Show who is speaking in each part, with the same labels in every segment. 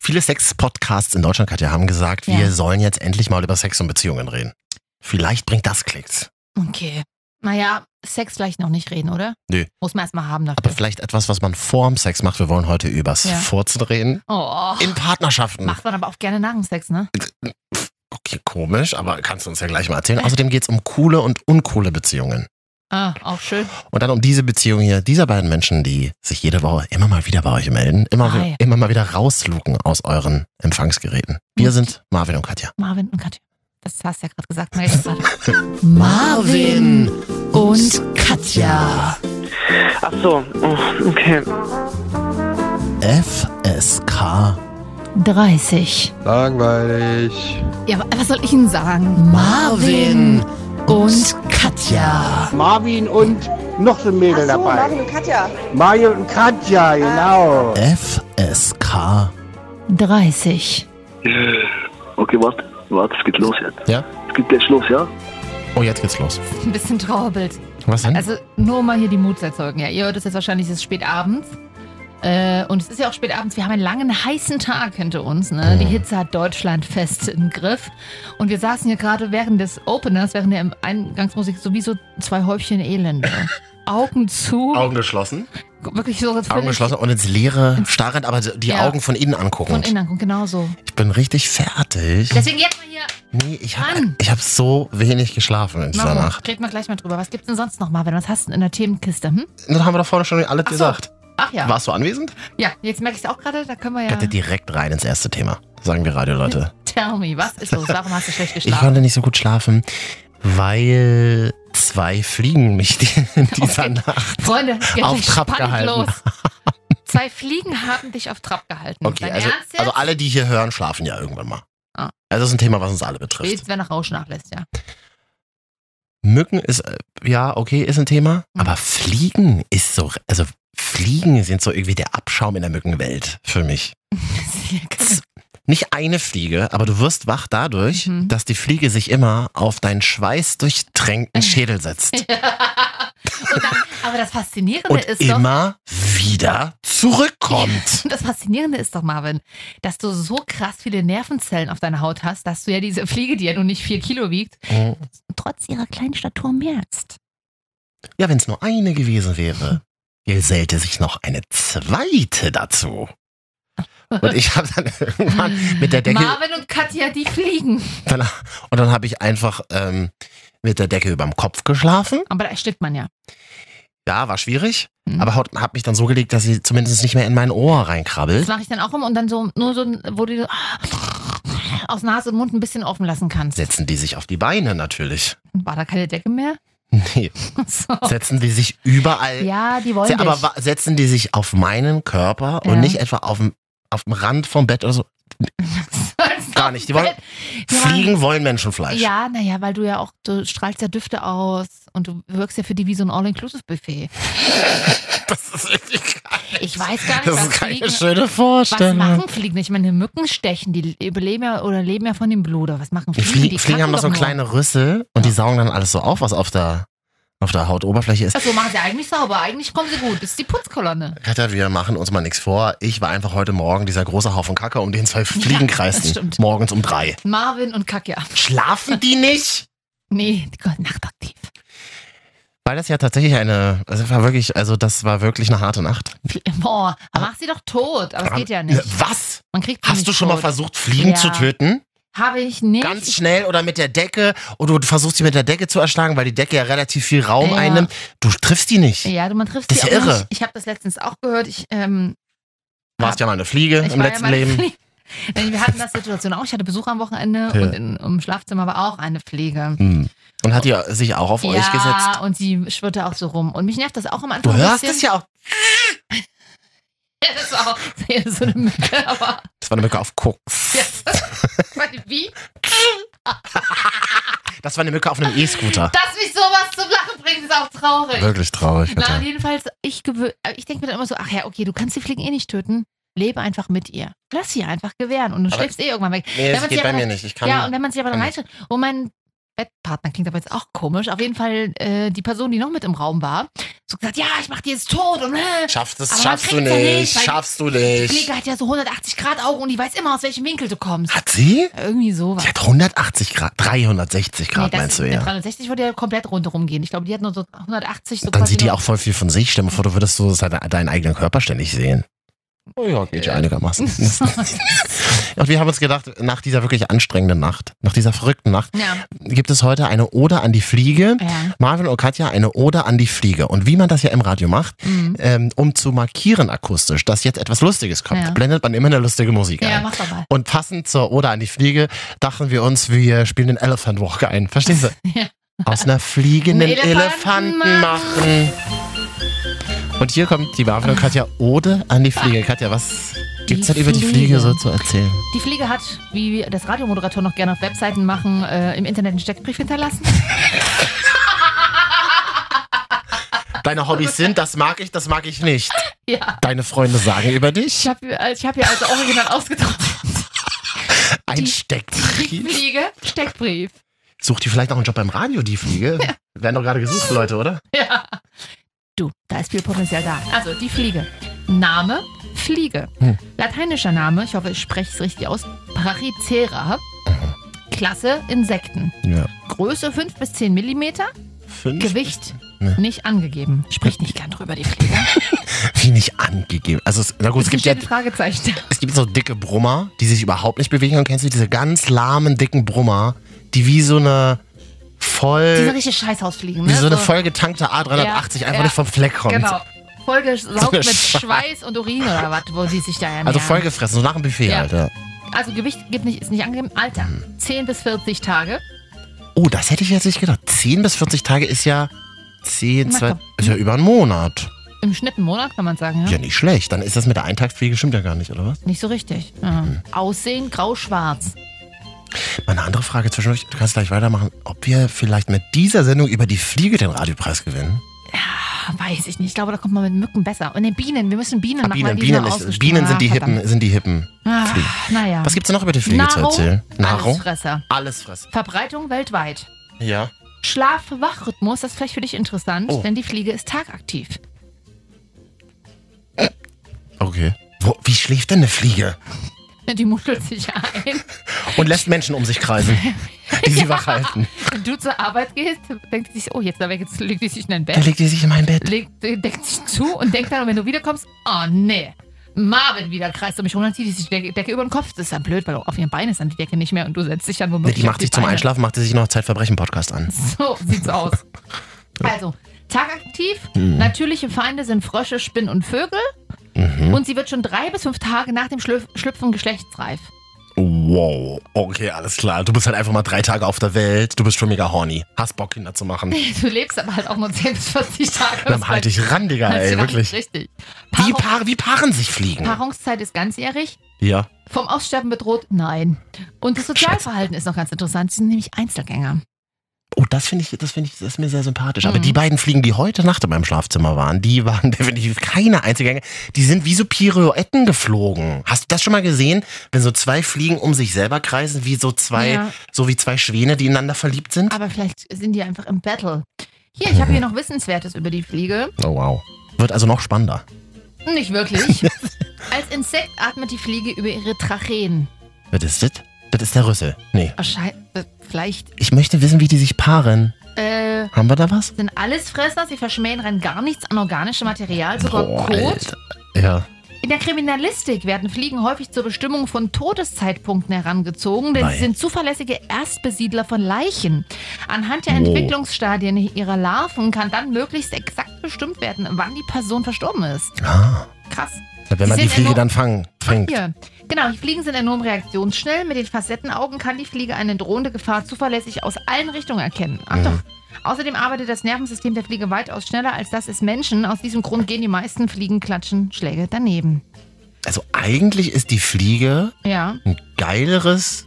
Speaker 1: Viele Sex-Podcasts in Deutschland, Katja, haben gesagt,
Speaker 2: Ja.
Speaker 1: wir sollen jetzt endlich mal über Sex und Beziehungen reden. Vielleicht bringt das Klicks.
Speaker 2: Okay. Naja, Sex vielleicht noch nicht reden, oder?
Speaker 1: Nö.
Speaker 2: Muss man erstmal haben
Speaker 1: Aber
Speaker 2: dafür.
Speaker 1: vielleicht etwas, was man vorm Sex macht. Wir wollen heute übers
Speaker 2: Ja.
Speaker 1: Furzen reden.
Speaker 2: Oh,
Speaker 1: In Partnerschaften.
Speaker 2: macht man aber auch gerne nach dem Sex, ne?
Speaker 1: Okay, komisch, aber kannst du uns ja gleich mal erzählen. Außerdem geht es um coole und uncoole Beziehungen.
Speaker 2: Ah, auch schön.
Speaker 1: Und dann um diese Beziehung hier, dieser beiden Menschen, die sich jede Woche immer mal wieder bei euch melden, immer,
Speaker 2: Hi.
Speaker 1: immer mal wieder rauslucken aus euren Empfangsgeräten. Wir sind Marvin und Katja.
Speaker 2: Marvin und Katja. Das hast du ja gerade gesagt. Merk ich gerade. Marvin und Katja.
Speaker 3: Ach so, oh, okay.
Speaker 1: FSK
Speaker 2: 30.
Speaker 4: Langweilig.
Speaker 2: Ja, wa- was soll ich Ihnen sagen? Marvin und Katja.
Speaker 5: Marvin und noch so ein Mädel
Speaker 6: Ach so,
Speaker 5: dabei.
Speaker 6: Marvin Ah, und Katja.
Speaker 5: Mario und Katja, genau.
Speaker 1: FSK.
Speaker 2: 30.
Speaker 7: Äh, Okay, warte, warte, es geht los jetzt.
Speaker 1: Ja?
Speaker 7: Es geht gleich los, ja?
Speaker 1: Oh, jetzt geht's los.
Speaker 2: Ein bisschen Trauerbild.
Speaker 1: Was denn?
Speaker 2: Also nur um mal hier die Mut zu erzeugen. Ja, ihr hört es jetzt wahrscheinlich, es ist spät abends. Äh, und es ist ja auch spät abends. Wir haben einen langen, heißen Tag hinter uns. Ne? Die Hitze hat Deutschland fest im Griff. Und wir saßen hier gerade während des Openers, während der Eingangsmusik, sowieso zwei Häufchen Elende. Augen zu,
Speaker 1: Augen geschlossen.
Speaker 2: wirklich so als
Speaker 1: Augen
Speaker 2: völlig
Speaker 1: geschlossen und ins Leere starrend, aber die
Speaker 2: Ja.
Speaker 1: Augen von innen angucken.
Speaker 2: Von innen, genauso.
Speaker 1: Ich bin richtig fertig.
Speaker 2: Deswegen jetzt mal hier,
Speaker 1: nee, ich habe
Speaker 2: Mann.
Speaker 1: ich hab so wenig geschlafen in dieser
Speaker 2: Mama,
Speaker 1: Nacht.
Speaker 2: reden wir gleich mal drüber. Was gibt's denn sonst noch, Marvin? Was hast du denn in der Themenkiste? Hm?
Speaker 1: Das haben wir doch vorne schon alles
Speaker 2: Ach so.
Speaker 1: gesagt.
Speaker 2: Ach ja.
Speaker 1: Warst du anwesend?
Speaker 2: Ja, jetzt merke ich es auch gerade, da können wir ja. Hm,
Speaker 1: Katja, direkt rein ins erste Thema. Sagen wir Radio, Leute.
Speaker 2: Tell me, was ist los? Warum hast du schlecht
Speaker 1: Ich
Speaker 2: geschlafen?
Speaker 1: konnte nicht so gut schlafen, weil zwei Fliegen mich die- in dieser Nacht.
Speaker 2: Freunde, es geht
Speaker 1: Auf
Speaker 2: gleich
Speaker 1: Trab
Speaker 2: spannend
Speaker 1: gehalten.
Speaker 2: los. Zwei Fliegen haben dich auf Trab gehalten.
Speaker 1: Okay,
Speaker 2: Dein
Speaker 1: also,
Speaker 2: Ernst jetzt?
Speaker 1: also alle, die hier hören, schlafen ja irgendwann mal.
Speaker 2: Ah.
Speaker 1: Also es ist ein Thema, was uns alle betrifft.
Speaker 2: Jetzt, wenn er Rausch nachlässt, ja.
Speaker 1: Mücken ist, äh, ja, okay, ist ein Thema,
Speaker 2: Mhm.
Speaker 1: aber Fliegen ist so, also Fliegen sind so irgendwie der Abschaum in der Mückenwelt für mich. Nicht eine Fliege, aber du wirst wach dadurch,
Speaker 2: Mhm.
Speaker 1: dass die Fliege sich immer auf deinen schweißdurchtränkten Schädel setzt
Speaker 2: Und dann, aber das Faszinierende
Speaker 1: und
Speaker 2: ist doch,
Speaker 1: immer wieder zurückkommt.
Speaker 2: das Faszinierende ist doch, Marvin, dass du so krass viele Nervenzellen auf deiner Haut hast, dass du ja diese Fliege, die ja nun nicht vier Kilo wiegt,
Speaker 1: Mhm.
Speaker 2: trotz ihrer kleinen Statur merkst.
Speaker 1: Ja, wenn es nur eine gewesen wäre, gesellte sich noch eine zweite dazu. Und ich habe dann irgendwann mit der Decke
Speaker 2: Marvin und Katja, die fliegen.
Speaker 1: dann, und dann habe ich einfach ähm, mit der Decke überm Kopf geschlafen.
Speaker 2: Aber da erstickt man ja.
Speaker 1: Ja, war schwierig,
Speaker 2: Mhm.
Speaker 1: aber habe mich dann so gelegt, dass sie zumindest nicht mehr in mein Ohr reinkrabbelt.
Speaker 2: Das mache ich dann auch immer und dann so nur so, wo du so, ah, aus Nase und Mund ein bisschen offen lassen kannst.
Speaker 1: Setzen die sich auf die Beine natürlich.
Speaker 2: War da keine Decke mehr?
Speaker 1: Nee,
Speaker 2: So.
Speaker 1: setzen die sich überall.
Speaker 2: Oh. Ja, die wollen
Speaker 1: Se- Äh, aber
Speaker 2: dich.
Speaker 1: wa- setzen die sich auf meinen Körper
Speaker 2: Ja.
Speaker 1: und nicht etwa auf dem auf dem Rand vom Bett oder so. Gar nicht. Die wollen,
Speaker 2: Die wollen-
Speaker 1: Fliegen wollen Menschenfleisch.
Speaker 2: Ja, naja, weil du ja auch, du strahlst ja Düfte aus und du wirkst ja für die wie so ein All-Inclusive-Buffet.
Speaker 1: Das ist wirklich geil.
Speaker 2: Ich weiß gar nicht,
Speaker 1: Das
Speaker 2: was
Speaker 1: ist keine
Speaker 2: Fliegen-
Speaker 1: schöne
Speaker 2: Was
Speaker 1: Vorstellung.
Speaker 2: machen Fliegen? Ich meine, Mücken stechen, die überleben ja oder leben ja von dem Blut. Oder was machen
Speaker 1: Die
Speaker 2: Fliegen?
Speaker 1: Fliegen,
Speaker 2: Die
Speaker 1: Fliegen haben
Speaker 2: kacken
Speaker 1: doch so
Speaker 2: nur.
Speaker 1: kleine Rüssel und die saugen dann alles so auf, was auf der, auf der Hautoberfläche ist.
Speaker 2: Ach so, machen sie eigentlich sauber. Eigentlich kommen sie gut. Das ist die Putzkolonne.
Speaker 1: Katja, wir machen uns mal nichts vor. Ich war einfach heute Morgen dieser große Haufen Kacke, um den zwei Fliegen
Speaker 2: das
Speaker 1: kreisten.
Speaker 2: stimmt.
Speaker 1: Morgens um drei.
Speaker 2: Marvin und Katja.
Speaker 1: Schlafen die nicht?
Speaker 2: Nee, die gehören nachtaktiv.
Speaker 1: Weil das ja tatsächlich eine, das war wirklich, also das war wirklich eine harte Nacht.
Speaker 2: Flie- Boah, aber mach sie doch tot. Aber das geht ja nicht.
Speaker 1: Was?
Speaker 2: Man kriegt sie
Speaker 1: Hast
Speaker 2: nicht
Speaker 1: du schon mal
Speaker 2: tot.
Speaker 1: versucht, Fliegen
Speaker 2: Ja.
Speaker 1: zu töten?
Speaker 2: Habe ich nicht.
Speaker 1: ganz schnell oder mit der Decke und du versuchst sie mit der Decke zu erschlagen, weil die Decke ja relativ viel Raum
Speaker 2: Ja.
Speaker 1: einnimmt. Du triffst die nicht.
Speaker 2: ja, du, man trifft
Speaker 1: Das
Speaker 2: sie
Speaker 1: ist ja
Speaker 2: auch
Speaker 1: irre.
Speaker 2: nicht. Ich habe das letztens auch gehört. Ich, ähm,
Speaker 1: Warst ja mal eine Fliege
Speaker 2: ich
Speaker 1: im
Speaker 2: war
Speaker 1: letzten
Speaker 2: ja mal-
Speaker 1: Leben.
Speaker 2: Nein, wir hatten das Situation auch. Ich hatte Besuch am Wochenende
Speaker 1: Ja.
Speaker 2: und in, im Schlafzimmer war auch eine Pflege.
Speaker 1: Hm. Und hat die sich auch auf euch
Speaker 2: ja,
Speaker 1: gesetzt.
Speaker 2: und sie schwirrte auch so rum. Und mich nervt das auch am
Speaker 1: Du
Speaker 2: Anfang. ein
Speaker 1: hörst
Speaker 2: bisschen.
Speaker 1: es ja auch.
Speaker 2: Ja, das war auch so eine Mücke, aber
Speaker 1: Das war eine Mücke auf Koks.
Speaker 2: ja. wie,
Speaker 1: Das war eine Mücke auf einem E-Scooter.
Speaker 2: dass mich sowas zum Lachen bringt, ist auch traurig.
Speaker 1: Wirklich traurig.
Speaker 2: Na,
Speaker 1: Katja.
Speaker 2: jedenfalls, ich, gewö- äh, ich denke mir dann immer so, ach ja, okay, du kannst die Fliegen eh nicht töten. Lebe einfach mit ihr. Lass sie einfach gewähren und du
Speaker 1: Aber-
Speaker 2: schläfst eh irgendwann weg.
Speaker 1: Nee,
Speaker 2: Wenn
Speaker 1: das
Speaker 2: man
Speaker 1: geht
Speaker 2: sie
Speaker 1: bei
Speaker 2: aber-
Speaker 1: mir nicht. Ich kann.
Speaker 2: ja, und wenn man sich aber dann
Speaker 1: kann-
Speaker 2: reinschreibt, und mein Bettpartner klingt aber jetzt auch komisch. Auf jeden Fall äh, die Person, die noch mit im Raum war, so gesagt, ja, ich mach die jetzt tot und äh,
Speaker 1: Schaffst es,
Speaker 2: Aber man
Speaker 1: schaffst du
Speaker 2: kriegt's ja
Speaker 1: nicht,
Speaker 2: nicht, weil-
Speaker 1: schaffst du
Speaker 2: die
Speaker 1: nicht.
Speaker 2: Pflege hat ja so 180 Grad Augen und die weiß immer, aus welchem Winkel du kommst.
Speaker 1: Hat sie?
Speaker 2: Irgendwie sowas.
Speaker 1: Die hat 180 Grad, 360
Speaker 2: Nee,
Speaker 1: Grad
Speaker 2: das-
Speaker 1: meinst du ja.
Speaker 2: 360 würde ja komplett rundherum gehen. Ich glaube, die hat nur so 180 so
Speaker 1: Dann
Speaker 2: quasi
Speaker 1: sieht die
Speaker 2: nur-
Speaker 1: auch voll viel von sich. Stell dir mal vor, du würdest so seine- deinen eigenen Körper ständig sehen. Oh ja, geht ja einigermaßen. Und wir haben uns gedacht, nach dieser wirklich anstrengenden Nacht, nach dieser verrückten Nacht,
Speaker 2: Ja.
Speaker 1: gibt es heute eine Ode an die Fliege.
Speaker 2: ja.
Speaker 1: Marvin und Katja eine Ode an die Fliege. Und wie man das ja im Radio macht,
Speaker 2: Mhm.
Speaker 1: ähm, um zu markieren akustisch, dass jetzt etwas Lustiges kommt,
Speaker 2: Ja.
Speaker 1: blendet man immer eine lustige Musik
Speaker 2: Ja,
Speaker 1: ein.
Speaker 2: mach doch mal.
Speaker 1: Und passend zur Ode an die Fliege dachten wir uns, wir spielen den Elephant Walk ein. Verstehen Sie?
Speaker 2: Ja.
Speaker 1: Aus einer fliegenden
Speaker 2: Einen
Speaker 1: Elefanten,
Speaker 2: Elefanten
Speaker 1: machen. Und hier kommt die Marvin und Katja Ode an die Fliege. Katja, was gibt's denn über die Fliege
Speaker 2: Fliege.
Speaker 1: so zu erzählen?
Speaker 2: Die Fliege hat, wie das Radiomoderatoren noch gerne auf Webseiten machen, äh, im Internet einen Steckbrief hinterlassen.
Speaker 1: Deine Hobbys sind, das mag ich, das mag ich nicht.
Speaker 2: ja.
Speaker 1: Deine Freunde sagen über
Speaker 2: Ich
Speaker 1: dich.
Speaker 2: habe ich hab hier also original ausgedruckt.
Speaker 1: Ein
Speaker 2: die- Die
Speaker 1: Steckbrief.
Speaker 2: Fliege, Steckbrief.
Speaker 1: Sucht die vielleicht noch einen Job beim Radio, die Fliege? Werden doch gerade gesucht, Leute, oder?
Speaker 2: Ja. Du, da ist viel Potenzial da. Also, die Fliege. Name, Fliege.
Speaker 1: Hm.
Speaker 2: Lateinischer Name, ich hoffe, ich spreche es richtig aus, Paricera. Klasse, Insekten.
Speaker 1: Ja.
Speaker 2: Größe 5 bis 10 Millimeter.
Speaker 1: Fünf.
Speaker 2: Gewicht,
Speaker 1: Ja.
Speaker 2: nicht angegeben. Spricht nicht gern drüber, die Fliege.
Speaker 1: Wie nicht angegeben. Also, es, na gut, es gibt ja
Speaker 2: steht ein Fragezeichen.
Speaker 1: Es gibt so dicke Brummer, die sich überhaupt nicht bewegen. Und kennst du diese ganz lahmen, dicken Brummer, die wie so eine
Speaker 2: Diese
Speaker 1: voll,
Speaker 2: richtige Scheißhausfliegen,
Speaker 1: Äh, wie
Speaker 2: ne?
Speaker 1: so eine vollgetankte A380
Speaker 2: Ja,
Speaker 1: einfach
Speaker 2: ja.
Speaker 1: nicht vom Fleck kommt.
Speaker 2: Genau.
Speaker 1: So
Speaker 2: Vollgesaugt
Speaker 1: eine
Speaker 2: mit
Speaker 1: Scheiß-
Speaker 2: Schweiß und Urin oder was, wo sie sich da ernähren.
Speaker 1: Also vollgefressen, so nach dem Buffet
Speaker 2: Ja.
Speaker 1: halt. Ja.
Speaker 2: Also Gewicht gibt nicht, ist nicht angegeben. Alter,
Speaker 1: Hm.
Speaker 2: 10 bis 40 Tage.
Speaker 1: Oh, das hätte ich jetzt nicht gedacht. 10 bis 40 Tage ist ja 10,
Speaker 2: Na
Speaker 1: 2,
Speaker 2: komm.
Speaker 1: ist ja über einen Monat.
Speaker 2: Im Schnitt einen Monat, kann man sagen, ja?
Speaker 1: Ja, nicht schlecht. Dann ist das mit der Eintagsfliege stimmt ja gar nicht, oder was?
Speaker 2: Nicht so richtig. Ja.
Speaker 1: Mhm.
Speaker 2: Aussehen grau-schwarz.
Speaker 1: Mal Eine andere Frage zwischendurch, du kannst gleich weitermachen, ob wir vielleicht mit dieser Sendung über die Fliege den Radiopreis gewinnen.
Speaker 2: Ah, Weiß ich nicht. Ich glaube, da kommt man mit Mücken besser. Und den Bienen, wir müssen Bienen
Speaker 1: Ah,
Speaker 2: machen. weil
Speaker 1: Bienen,
Speaker 2: die
Speaker 1: Bienen,
Speaker 2: sind
Speaker 1: ist,
Speaker 2: ausgestorben.
Speaker 1: Bienen sind die
Speaker 2: Ah, verdammt.
Speaker 1: Hippen, sind die Hippen. Fliegen.
Speaker 2: Ah, naja.
Speaker 1: Was gibt's denn noch über die Fliege zu
Speaker 2: Nahrung,
Speaker 1: erzählen?
Speaker 2: Allesfresser.
Speaker 1: Alles fressen.
Speaker 2: Verbreitung weltweit.
Speaker 1: Ja.
Speaker 2: Schlaf-Wach-Rhythmus, das ist vielleicht für dich interessant,
Speaker 1: Oh.
Speaker 2: denn die Fliege ist tagaktiv.
Speaker 1: Okay. Wo, wie schläft denn eine Fliege?
Speaker 2: Die muschelt sich ein.
Speaker 1: Und lässt Menschen um sich kreisen, die sie wach halten.
Speaker 2: Wenn du zur Arbeit gehst, denkt sie sich, oh, jetzt, jetzt legt sie sich in dein
Speaker 1: Dann
Speaker 2: Bett,
Speaker 1: legt die sich in mein Bett.
Speaker 2: legt, äh, deckt sich zu und denkt dann, und wenn du wiederkommst, oh nee, Marvin wieder kreist um mich rum, dann zieht sie sich die Decke, Decke über den Kopf. Das ist dann blöd, weil auf ihrem Bein ist dann die Decke nicht mehr und du setzt dich dann
Speaker 1: Nee,
Speaker 2: womöglich
Speaker 1: die macht
Speaker 2: auf die
Speaker 1: sich zum
Speaker 2: Beine.
Speaker 1: Einschlafen, macht sie sich noch Zeitverbrechen-Podcast an.
Speaker 2: So sieht's aus. Also, tagaktiv,
Speaker 1: Mhm.
Speaker 2: natürliche Feinde sind Frösche, Spinnen und Vögel.
Speaker 1: Mhm.
Speaker 2: Und sie wird schon drei bis fünf Tage nach dem Schlüpf Schlüpfen geschlechtsreif.
Speaker 1: Wow. Okay, alles klar. Du bist halt einfach mal drei Tage auf der Welt. Du bist schon mega horny. Hast Bock, Kinder zu machen.
Speaker 2: Du lebst aber halt auch nur 10 bis 40 Tage.
Speaker 1: Dann halt dich ran, Digga,
Speaker 2: Das
Speaker 1: ey.
Speaker 2: ist
Speaker 1: Wirklich.
Speaker 2: Richtig.
Speaker 1: Wie,
Speaker 2: Paarung-
Speaker 1: paar, wie paaren sich Fliegen?
Speaker 2: Paarungszeit ist ganzjährig.
Speaker 1: Ja.
Speaker 2: Vom Aussterben bedroht? Nein. Und das Sozialverhalten ist noch ganz interessant. Sie sind nämlich Einzelgänger.
Speaker 1: Oh, das finde ich, das finde ich, das ist mir sehr sympathisch. Aber
Speaker 2: Mhm.
Speaker 1: die beiden Fliegen, die heute Nacht in meinem Schlafzimmer waren, die waren definitiv keine Einzelgänge. Die sind wie so Pirouetten geflogen. Hast du das schon mal gesehen? Wenn so zwei Fliegen um sich selber kreisen, wie so zwei,
Speaker 2: Ja.
Speaker 1: so wie zwei Schwäne, die ineinander verliebt sind?
Speaker 2: Aber vielleicht sind die einfach im Battle. Hier, ich habe hier noch Wissenswertes über die Fliege.
Speaker 1: Oh wow. Wird also noch spannender.
Speaker 2: Nicht wirklich. Als Insekt atmet die Fliege über ihre Tracheen.
Speaker 1: Was ist das? Das ist der Rüssel. Nee.
Speaker 2: Wahrscheinlich, vielleicht,
Speaker 1: Ich möchte wissen, wie die sich paaren.
Speaker 2: äh,
Speaker 1: Haben wir da was?
Speaker 2: sind alles Fresser. Sie verschmähen rein gar nichts an organischem Material, sogar
Speaker 1: Boah,
Speaker 2: Kot.
Speaker 1: Alter. Ja.
Speaker 2: In der Kriminalistik werden Fliegen häufig zur Bestimmung von Todeszeitpunkten herangezogen, denn
Speaker 1: Nein.
Speaker 2: sie sind zuverlässige Erstbesiedler von Leichen. Anhand der
Speaker 1: Wow.
Speaker 2: Entwicklungsstadien ihrer Larven kann dann möglichst exakt bestimmt werden, wann die Person verstorben ist.
Speaker 1: Ah.
Speaker 2: Krass.
Speaker 1: Wenn
Speaker 2: Sie
Speaker 1: man die
Speaker 2: sind
Speaker 1: Fliege
Speaker 2: enorm-
Speaker 1: dann fangen, fängt.
Speaker 2: Hier. Genau, die Fliegen sind enorm reaktionsschnell. Mit den Facettenaugen kann die Fliege eine drohende Gefahr zuverlässig aus allen Richtungen erkennen. Ach
Speaker 1: Mhm.
Speaker 2: doch. Außerdem arbeitet das Nervensystem der Fliege weitaus schneller als das des Menschen. Aus diesem Grund gehen die meisten Fliegen klatschen Schläge daneben.
Speaker 1: Also eigentlich ist die Fliege
Speaker 2: Ja.
Speaker 1: ein geileres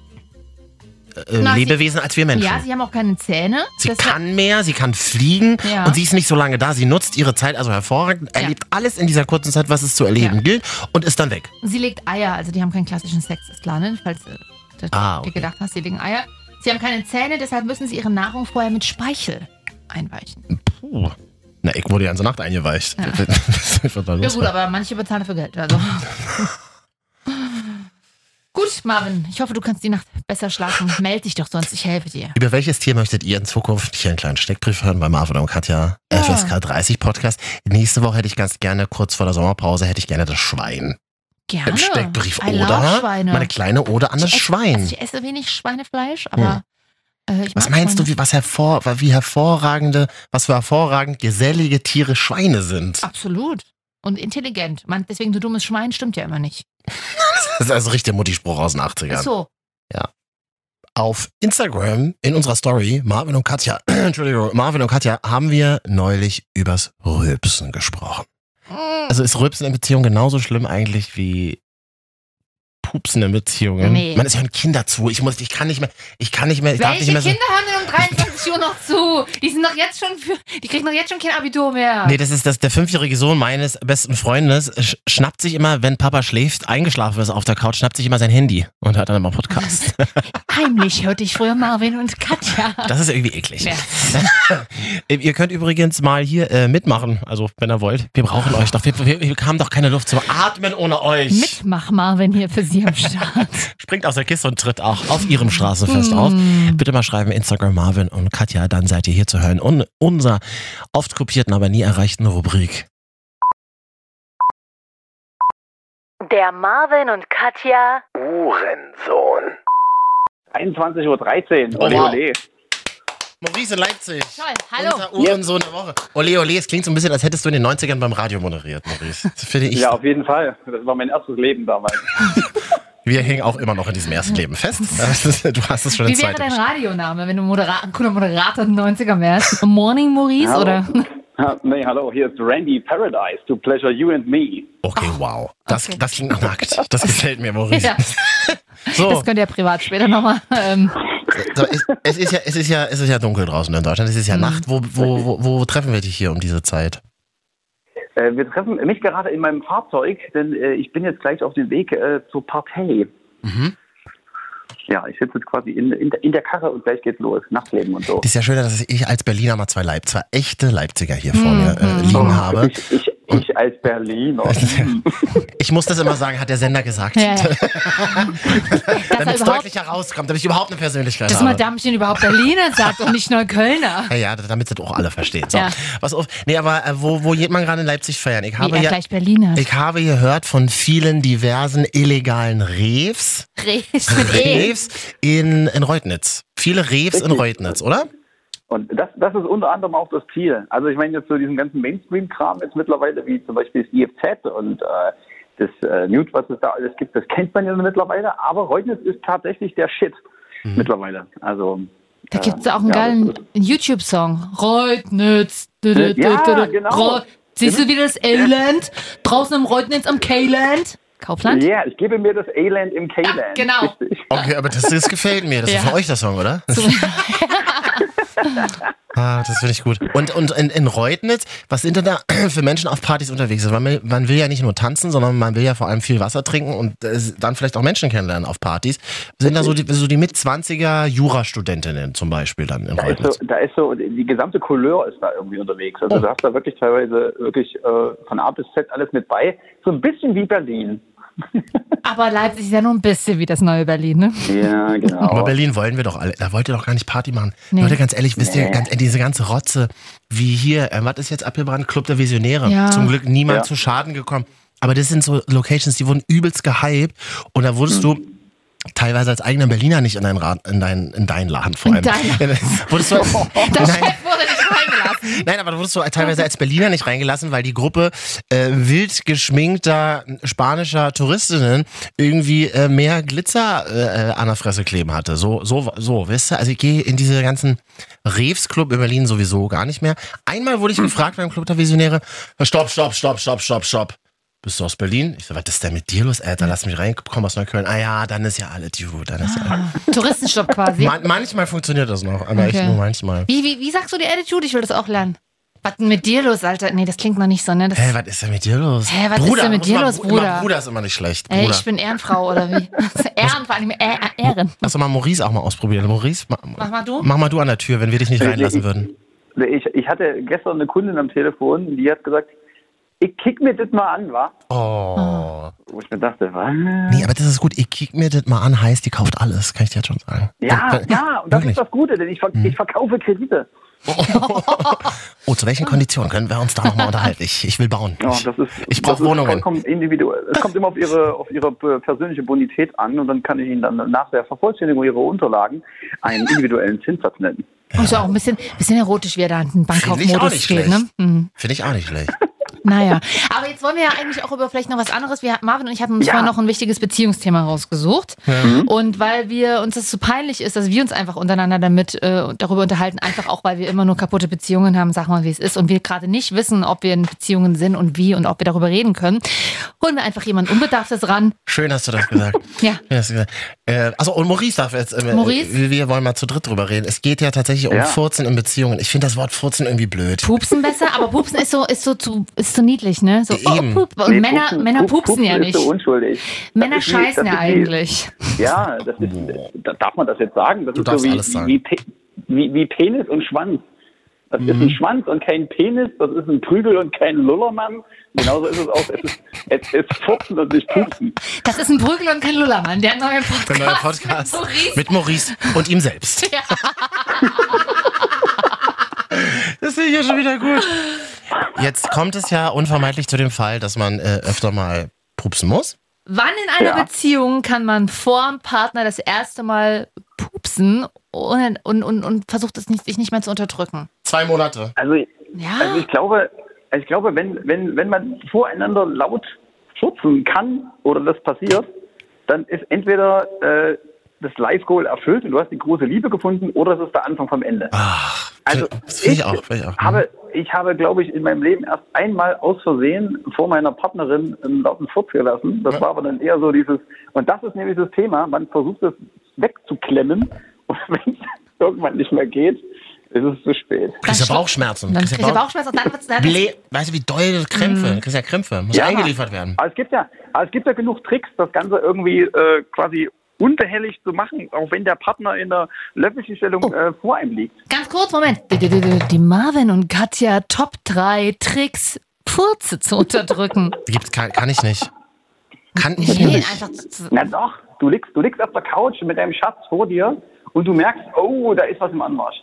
Speaker 1: äh,
Speaker 2: Na, sie-
Speaker 1: Lebewesen als wir Menschen.
Speaker 2: Ja, sie haben auch keine Zähne.
Speaker 1: Sie
Speaker 2: Das-
Speaker 1: kann mehr, sie kann fliegen
Speaker 2: Ja.
Speaker 1: und sie ist nicht so lange da. Sie nutzt ihre Zeit also hervorragend,
Speaker 2: Ja.
Speaker 1: erlebt alles in dieser kurzen Zeit, was es zu erleben
Speaker 2: Ja.
Speaker 1: gilt und ist dann weg.
Speaker 2: sie legt Eier, also die haben keinen klassischen Sex, ist klar, ne? Falls äh, du
Speaker 1: Ah, okay.
Speaker 2: dir gedacht hast, sie legen Eier. Sie haben keine Zähne, deshalb müssen sie ihre Nahrung vorher mit Speichel einweichen.
Speaker 1: Puh. Na, ich wurde die ganze Nacht eingeweicht. Was war
Speaker 2: Ja
Speaker 1: los?
Speaker 2: gut, aber manche bezahlen dafür Geld. Also. gut, Marvin, ich hoffe, du kannst die Nacht besser schlafen. Meld dich doch sonst, ich helfe dir.
Speaker 1: Über welches Tier möchtet ihr in Zukunft hier einen kleinen Steckbrief hören bei Marvin und Katja?
Speaker 2: Ja.
Speaker 1: FSK 30 Podcast. Nächste Woche hätte ich ganz gerne, kurz vor der Sommerpause, hätte ich gerne das Schwein.
Speaker 2: Gerne.
Speaker 1: Im Steckbrief,
Speaker 2: I love
Speaker 1: oder?
Speaker 2: Schweine.
Speaker 1: Meine kleine Ode an das
Speaker 2: Ich esse-
Speaker 1: Schwein. Hm.
Speaker 2: Also ich esse wenig Schweinefleisch, aber äh, ich
Speaker 1: Was
Speaker 2: mag
Speaker 1: meinst du,
Speaker 2: Schweine.
Speaker 1: wie, was hervor, wie hervorragende, was für hervorragend gesellige Tiere Schweine sind?
Speaker 2: Absolut. Und intelligent. Man, deswegen so dummes Schwein stimmt ja immer nicht.
Speaker 1: Das ist also richtig der Mutti-Spruch aus den
Speaker 2: Ach
Speaker 1: 80ern.
Speaker 2: so.
Speaker 1: Auf Instagram in unserer Story, Marvin und Katja, Entschuldigung, Marvin und Katja, haben wir neulich übers Rülpsen gesprochen. Also ist Rülpsen in Beziehungen genauso schlimm eigentlich wie Pupsen in Beziehungen?
Speaker 2: Nee.
Speaker 1: Man ist ja ein Kind dazu. Ich muss, ich kann nicht mehr, ich kann nicht mehr, ich darf
Speaker 2: Welche
Speaker 1: nicht mehr so.
Speaker 2: Kinder haben denn um 23 Uhr noch zu? Die sind doch jetzt schon für, die kriegen doch jetzt schon kein Abitur mehr.
Speaker 1: Nee, das ist das, der fünfjährige Sohn meines besten Freundes sch schnappt sich immer, wenn Papa schläft, eingeschlafen ist auf der Couch, schnappt sich immer sein Handy und hört dann immer Podcast.
Speaker 2: Heimlich hörte ich früher Marvin und Katja.
Speaker 1: Das ist irgendwie eklig. Ähm,
Speaker 2: Ja.
Speaker 1: Ihr könnt übrigens mal hier äh, mitmachen, also wenn ihr wollt. Wir brauchen euch doch. Wir, wir, wir haben doch keine Luft zum Atmen ohne euch.
Speaker 2: Mitmach Marvin hier für Sie am Start.
Speaker 1: Springt aus der Kiste und tritt auch auf ihrem Straßenfest auf. Bitte mal schreiben, Instagram Marvin und Katja, dann seid ihr hier zu hören. Und unserer oft kopierten, aber nie erreichten Rubrik.
Speaker 4: Der Marvin und Katja
Speaker 6: 21.13 Uhr.
Speaker 1: Oh,
Speaker 6: Ole,
Speaker 1: wow.
Speaker 6: ole.
Speaker 1: Maurice in Leipzig.
Speaker 2: Toll, hallo.
Speaker 1: Unser Uhrensohn der Woche. Ole, ole, es klingt so ein bisschen, als hättest du in den 90ern beim Radio moderiert, Maurice. Das finde ich.
Speaker 6: Ja, auf jeden Fall. Das war mein erstes Leben damals.
Speaker 1: Wir hängen auch immer noch in diesem ersten Leben fest. Du hast es schon in
Speaker 2: Wie wäre
Speaker 1: zweiten.
Speaker 2: dein Radioname, wenn du Modera ein cooler Moderator der 90er wärst? Morning Maurice
Speaker 6: Hallo.
Speaker 2: oder?
Speaker 6: Ha, nee, hallo, hier ist Randy Paradise, to pleasure you and me.
Speaker 1: Okay, wow. Das,
Speaker 2: okay.
Speaker 1: das klingt nach nackt. Das gefällt mir, Maurice.
Speaker 2: Ja,
Speaker 1: So,
Speaker 2: das könnt ihr privat später nochmal. Ähm,
Speaker 1: so es, es, ist ja, es, ist ja, es ist ja dunkel draußen in Deutschland. Es ist
Speaker 2: Mhm.
Speaker 1: ja Nacht. Wo, wo, wo, wo treffen wir dich hier um diese Zeit?
Speaker 6: Äh, wir treffen mich gerade in meinem Fahrzeug, denn äh, ich bin jetzt gleich auf dem Weg äh, zur Partei. Ja, ich sitze jetzt quasi in, in, der- in der Karre und gleich geht's los. Nachtleben und so.
Speaker 1: Ist ja schön, dass ich als Berliner mal zwei, Leip zwei echte Leipziger hier vor mir
Speaker 2: Mhm.
Speaker 1: äh, liegen
Speaker 2: Oh.
Speaker 1: habe.
Speaker 6: Ich, ich, ich als Berliner.
Speaker 1: Ich muss das immer sagen, hat der Sender gesagt.
Speaker 2: ja, ja.
Speaker 1: Damit
Speaker 2: Dass
Speaker 1: es
Speaker 2: er überhaupt,
Speaker 1: deutlich herauskommt, damit ich überhaupt eine Persönlichkeit
Speaker 2: dass
Speaker 1: habe.
Speaker 2: Madamchen überhaupt Berliner sagt und nicht Neuköllner.
Speaker 1: Ja, ja, damit das auch alle verstehen. So,
Speaker 2: Ja.
Speaker 1: was auf. Nee, aber äh, wo, wo geht man gerade in Leipzig feiern? Ich
Speaker 2: Wie
Speaker 1: habe,
Speaker 2: er
Speaker 1: ja,
Speaker 2: gleich Berliner.
Speaker 1: ich habe gehört von vielen diversen illegalen Reefs.
Speaker 2: Rees mit E.
Speaker 1: Reefs in, in Reutnitz. Viele Reefs in
Speaker 6: Richtig.
Speaker 1: Reutnitz, oder?
Speaker 6: Und das, das ist unter anderem auch das Ziel. Also ich meine jetzt so diesen ganzen Mainstream-Kram jetzt mittlerweile, wie zum Beispiel das IFZ und äh, das äh, Newt, was es da alles gibt, das kennt man ja mittlerweile. Aber Reutnitz ist tatsächlich der Shit mittlerweile. Also
Speaker 2: Mhm. Da
Speaker 6: äh,
Speaker 2: gibt es auch einen
Speaker 6: ja,
Speaker 2: geilen
Speaker 6: das ist-
Speaker 2: YouTube-Song. Reutnitz. Du, du, du,
Speaker 6: Ja,
Speaker 2: du, du.
Speaker 6: genau.
Speaker 2: Reu- Siehst du wieder das A-Land? Draußen im Reutnitz am K-Land? Kaufland?
Speaker 6: Ja, ich gebe mir das A-Land im K-Land.
Speaker 2: Ja, genau.
Speaker 6: Richtig.
Speaker 1: Okay, aber das, das gefällt mir. Das
Speaker 2: Ja.
Speaker 1: ist für euch der Song, oder? ah, das finde ich gut. Und, und in, in Reutnitz, was sind denn da für Menschen auf Partys unterwegs? sind? Man will, man will ja nicht nur tanzen, sondern man will ja vor allem viel Wasser trinken und äh, dann vielleicht auch Menschen kennenlernen auf Partys. Sind da so die, so die Mitzwanziger Jurastudentinnen zum Beispiel dann in
Speaker 6: Da ist,
Speaker 1: Reutnitz?
Speaker 6: so, da ist so, die gesamte Couleur ist da irgendwie unterwegs.
Speaker 2: Oh.
Speaker 6: Also du hast da wirklich teilweise wirklich äh, von A bis Z alles mit bei. So ein bisschen wie Berlin.
Speaker 2: Aber Leipzig ist ja nur ein bisschen wie das neue Berlin, ne?
Speaker 6: Ja, genau.
Speaker 1: Aber Berlin wollen wir doch alle. Da wollt ihr doch gar nicht Party machen.
Speaker 2: Nee.
Speaker 1: Leute, ganz ehrlich, wisst ihr,
Speaker 6: Nee.
Speaker 1: ganz, diese ganze Rotze, wie hier, ähm, was ist jetzt abgebrannt? Club der Visionäre.
Speaker 2: Ja.
Speaker 1: Zum Glück niemand
Speaker 6: Ja.
Speaker 1: zu Schaden gekommen. Aber das sind so Locations, die wurden übelst gehypt. Und da wurdest du teilweise als eigener Berliner nicht in deinen, Rad, in deinen, in deinen Laden vor
Speaker 2: In
Speaker 1: allem.
Speaker 2: deinen-
Speaker 1: wurdest du,
Speaker 2: Der
Speaker 1: nein,
Speaker 2: Chef wurde nicht reingelassen.
Speaker 1: nein, aber da wurdest du teilweise als Berliner nicht reingelassen, weil die Gruppe äh, wild geschminkter spanischer Touristinnen irgendwie äh, mehr Glitzer äh, äh, an der Fresse kleben hatte. So, so, so, weißt du? Also ich gehe in diese ganzen Reefs-Club in Berlin sowieso gar nicht mehr. Einmal wurde ich gefragt beim Club der Visionäre, stopp, stopp, stopp, stopp, stopp, stopp. Bist du aus Berlin? Ich so, was ist denn mit dir los, Alter? Lass mich rein, komm aus Neukölln. Ah ja, dann ist ja alles gut, dann ist ja alles.
Speaker 2: Touristenstopp quasi.
Speaker 1: Man manchmal funktioniert das noch, aber echt
Speaker 2: Okay.
Speaker 1: nur manchmal.
Speaker 2: Wie, wie, wie sagst du die Attitude? Ich will das auch lernen. Was denn mit dir los, Alter? Nee, das klingt noch nicht so, ne? Das,
Speaker 1: Hä, was ist denn mit dir los?
Speaker 2: Hä, was ist denn mit
Speaker 1: muss
Speaker 2: dir
Speaker 1: man-
Speaker 2: los,
Speaker 1: immer
Speaker 2: Bruder?
Speaker 1: Bruder ist immer nicht schlecht.
Speaker 2: ey,
Speaker 1: Bruder.
Speaker 2: ich bin Ehrenfrau, oder wie? Ehren, vor allem äh, äh, Ehren.
Speaker 1: Lass doch mal Maurice auch mal ausprobieren. Maurice, ma,
Speaker 2: Mach mal du.
Speaker 1: mach mal du an der Tür, wenn wir dich
Speaker 6: Äh,
Speaker 1: nicht reinlassen würden.
Speaker 6: Nee, Ich, ich hatte gestern eine Kundin am Telefon, die hat gesagt, ich kick mir das mal an, wa?
Speaker 1: Oh.
Speaker 6: Wo ich mir dachte, was?
Speaker 1: Nee, aber das ist gut. Ich kick mir das mal an, heißt, die kauft alles, kann ich dir jetzt schon sagen.
Speaker 6: Ja,
Speaker 1: Dann-
Speaker 6: ja, und das
Speaker 1: wirklich. Mhm.
Speaker 6: ist das Gute, denn ich, ver ich verkaufe Kredite.
Speaker 1: Oh, zu welchen Konditionen können wir uns da nochmal unterhalten? Ich, ich will bauen.
Speaker 6: Ja,
Speaker 1: ich
Speaker 6: das ist,
Speaker 1: ich brauche
Speaker 6: das ist
Speaker 1: Wohnungen.
Speaker 6: vollkommen individuell. Es kommt immer auf ihre, auf ihre äh, persönliche Bonität an und dann kann ich Ihnen dann nach der Vervollständigung Ihrer Unterlagen einen individuellen Zinssatz nennen.
Speaker 2: Und so auch ein bisschen, bisschen erotisch, wie er da in den
Speaker 1: Finde ich auch
Speaker 2: Bankkaufmodus
Speaker 1: nicht
Speaker 2: steht,
Speaker 1: schlecht.
Speaker 2: ne? Mhm.
Speaker 1: Finde ich auch nicht schlecht.
Speaker 2: Naja. Aber jetzt wollen wir ja eigentlich auch über vielleicht noch was anderes. Wir, Marvin und ich hatten uns
Speaker 6: Ja.
Speaker 2: vorher noch ein wichtiges Beziehungsthema rausgesucht. Und weil wir uns das zu peinlich ist, dass wir uns einfach untereinander damit äh, darüber unterhalten, einfach auch weil wir immer nur kaputte Beziehungen haben, sag mal, wie es ist. Und wir gerade nicht wissen, ob wir in Beziehungen sind und wie und ob wir darüber reden können, holen wir einfach jemand Unbedarftes ran.
Speaker 1: Schön hast du das gesagt.
Speaker 2: Ja.
Speaker 1: Schön hast du gesagt. Äh, also und Maurice darf jetzt. Äh,
Speaker 2: Maurice?
Speaker 1: Äh, wir wollen mal zu dritt drüber reden. Es geht ja tatsächlich um
Speaker 6: Ja.
Speaker 1: Furzen in Beziehungen. Ich finde das Wort Furzen irgendwie blöd.
Speaker 2: Pupsen besser, aber Pupsen ist so, ist so zu, ist so niedlich, ne? So, oh,
Speaker 1: Eben.
Speaker 2: pup. Und
Speaker 6: Nee,
Speaker 2: Männer,
Speaker 6: Pupsen-
Speaker 2: Männer
Speaker 6: Pup-
Speaker 2: pupsen, ja
Speaker 6: ist
Speaker 2: nicht.
Speaker 6: So unschuldig.
Speaker 2: Männer
Speaker 6: Das ist wie-
Speaker 2: scheißen ja
Speaker 6: das ist wie-
Speaker 2: eigentlich.
Speaker 6: Ja, das ist, da darf man das jetzt sagen. Das
Speaker 1: Du
Speaker 6: ist
Speaker 1: darfst
Speaker 6: so wie,
Speaker 1: alles sagen.
Speaker 6: Wie, Pe- wie, wie Penis und Schwanz. Das ist
Speaker 1: Mhm.
Speaker 6: ein Schwanz und kein Penis, das ist ein Prügel und kein Lullermann. Genauso ist es auch, es ist, es ist Furzen und nicht Pupsen.
Speaker 2: Das ist ein Brügel und kein Lullermann, der neue Podcast.
Speaker 1: Der neue Podcast
Speaker 2: mit Maurice.
Speaker 1: mit Maurice und ihm selbst. Das finde ich ja schon wieder gut. Jetzt kommt es ja unvermeidlich zu dem Fall, dass man äh, öfter mal pupsen muss.
Speaker 2: Wann in einer
Speaker 6: Ja.
Speaker 2: Beziehung kann man vor dem Partner das erste Mal pupsen und, und, und, und versucht es nicht, sich nicht mehr zu unterdrücken?
Speaker 1: Zwei Monate.
Speaker 6: Also,
Speaker 2: Ja.
Speaker 6: also ich glaube, also ich glaube, wenn, wenn, wenn man voreinander laut furzen kann oder das passiert, dann ist entweder äh, das Live-Goal erfüllt und du hast die große Liebe gefunden oder es ist der Anfang vom Ende.
Speaker 1: Ach,
Speaker 6: Also
Speaker 1: das finde ich, auch. Find ich auch. ne?
Speaker 6: habe, ich habe, glaube ich, in meinem Leben erst einmal aus Versehen vor meiner Partnerin einen lauten Furz gelassen. Das war aber dann eher so dieses, und das ist nämlich das Thema, man versucht es wegzuklemmen und wenn es irgendwann nicht mehr geht, ist es zu spät.
Speaker 1: Kriegst ja
Speaker 2: Dann schla-
Speaker 1: Bauchschmerzen.
Speaker 2: Dann
Speaker 1: Kriegst
Speaker 2: kriegt
Speaker 1: ja
Speaker 2: er
Speaker 1: Bauch
Speaker 2: Bauchschmerzen Mhm. und dann wird's- dann wird's-
Speaker 1: Ble weißt du, wie doll das Krämpfe? Kriegst ja Krämpfe. Muss eingeliefert werden.
Speaker 6: Aber es gibt ja, aber es gibt ja genug Tricks, das Ganze irgendwie äh, quasi unbehelligt zu machen, auch wenn der Partner in der löfflichen Stellung
Speaker 1: Oh.
Speaker 6: äh, vor einem liegt.
Speaker 2: Ganz kurz, Moment. Die- die- die- Die Marvin und Katja Top 3 Tricks, Furze zu unterdrücken.
Speaker 1: Gibt's, kann, kann ich nicht. Kann ich
Speaker 2: Nee,
Speaker 1: nicht.
Speaker 2: einfach zu- zu-
Speaker 6: Na doch, du liegst, du liegst auf der Couch mit deinem Schatz vor dir und du merkst, oh, da ist was im Anmarsch.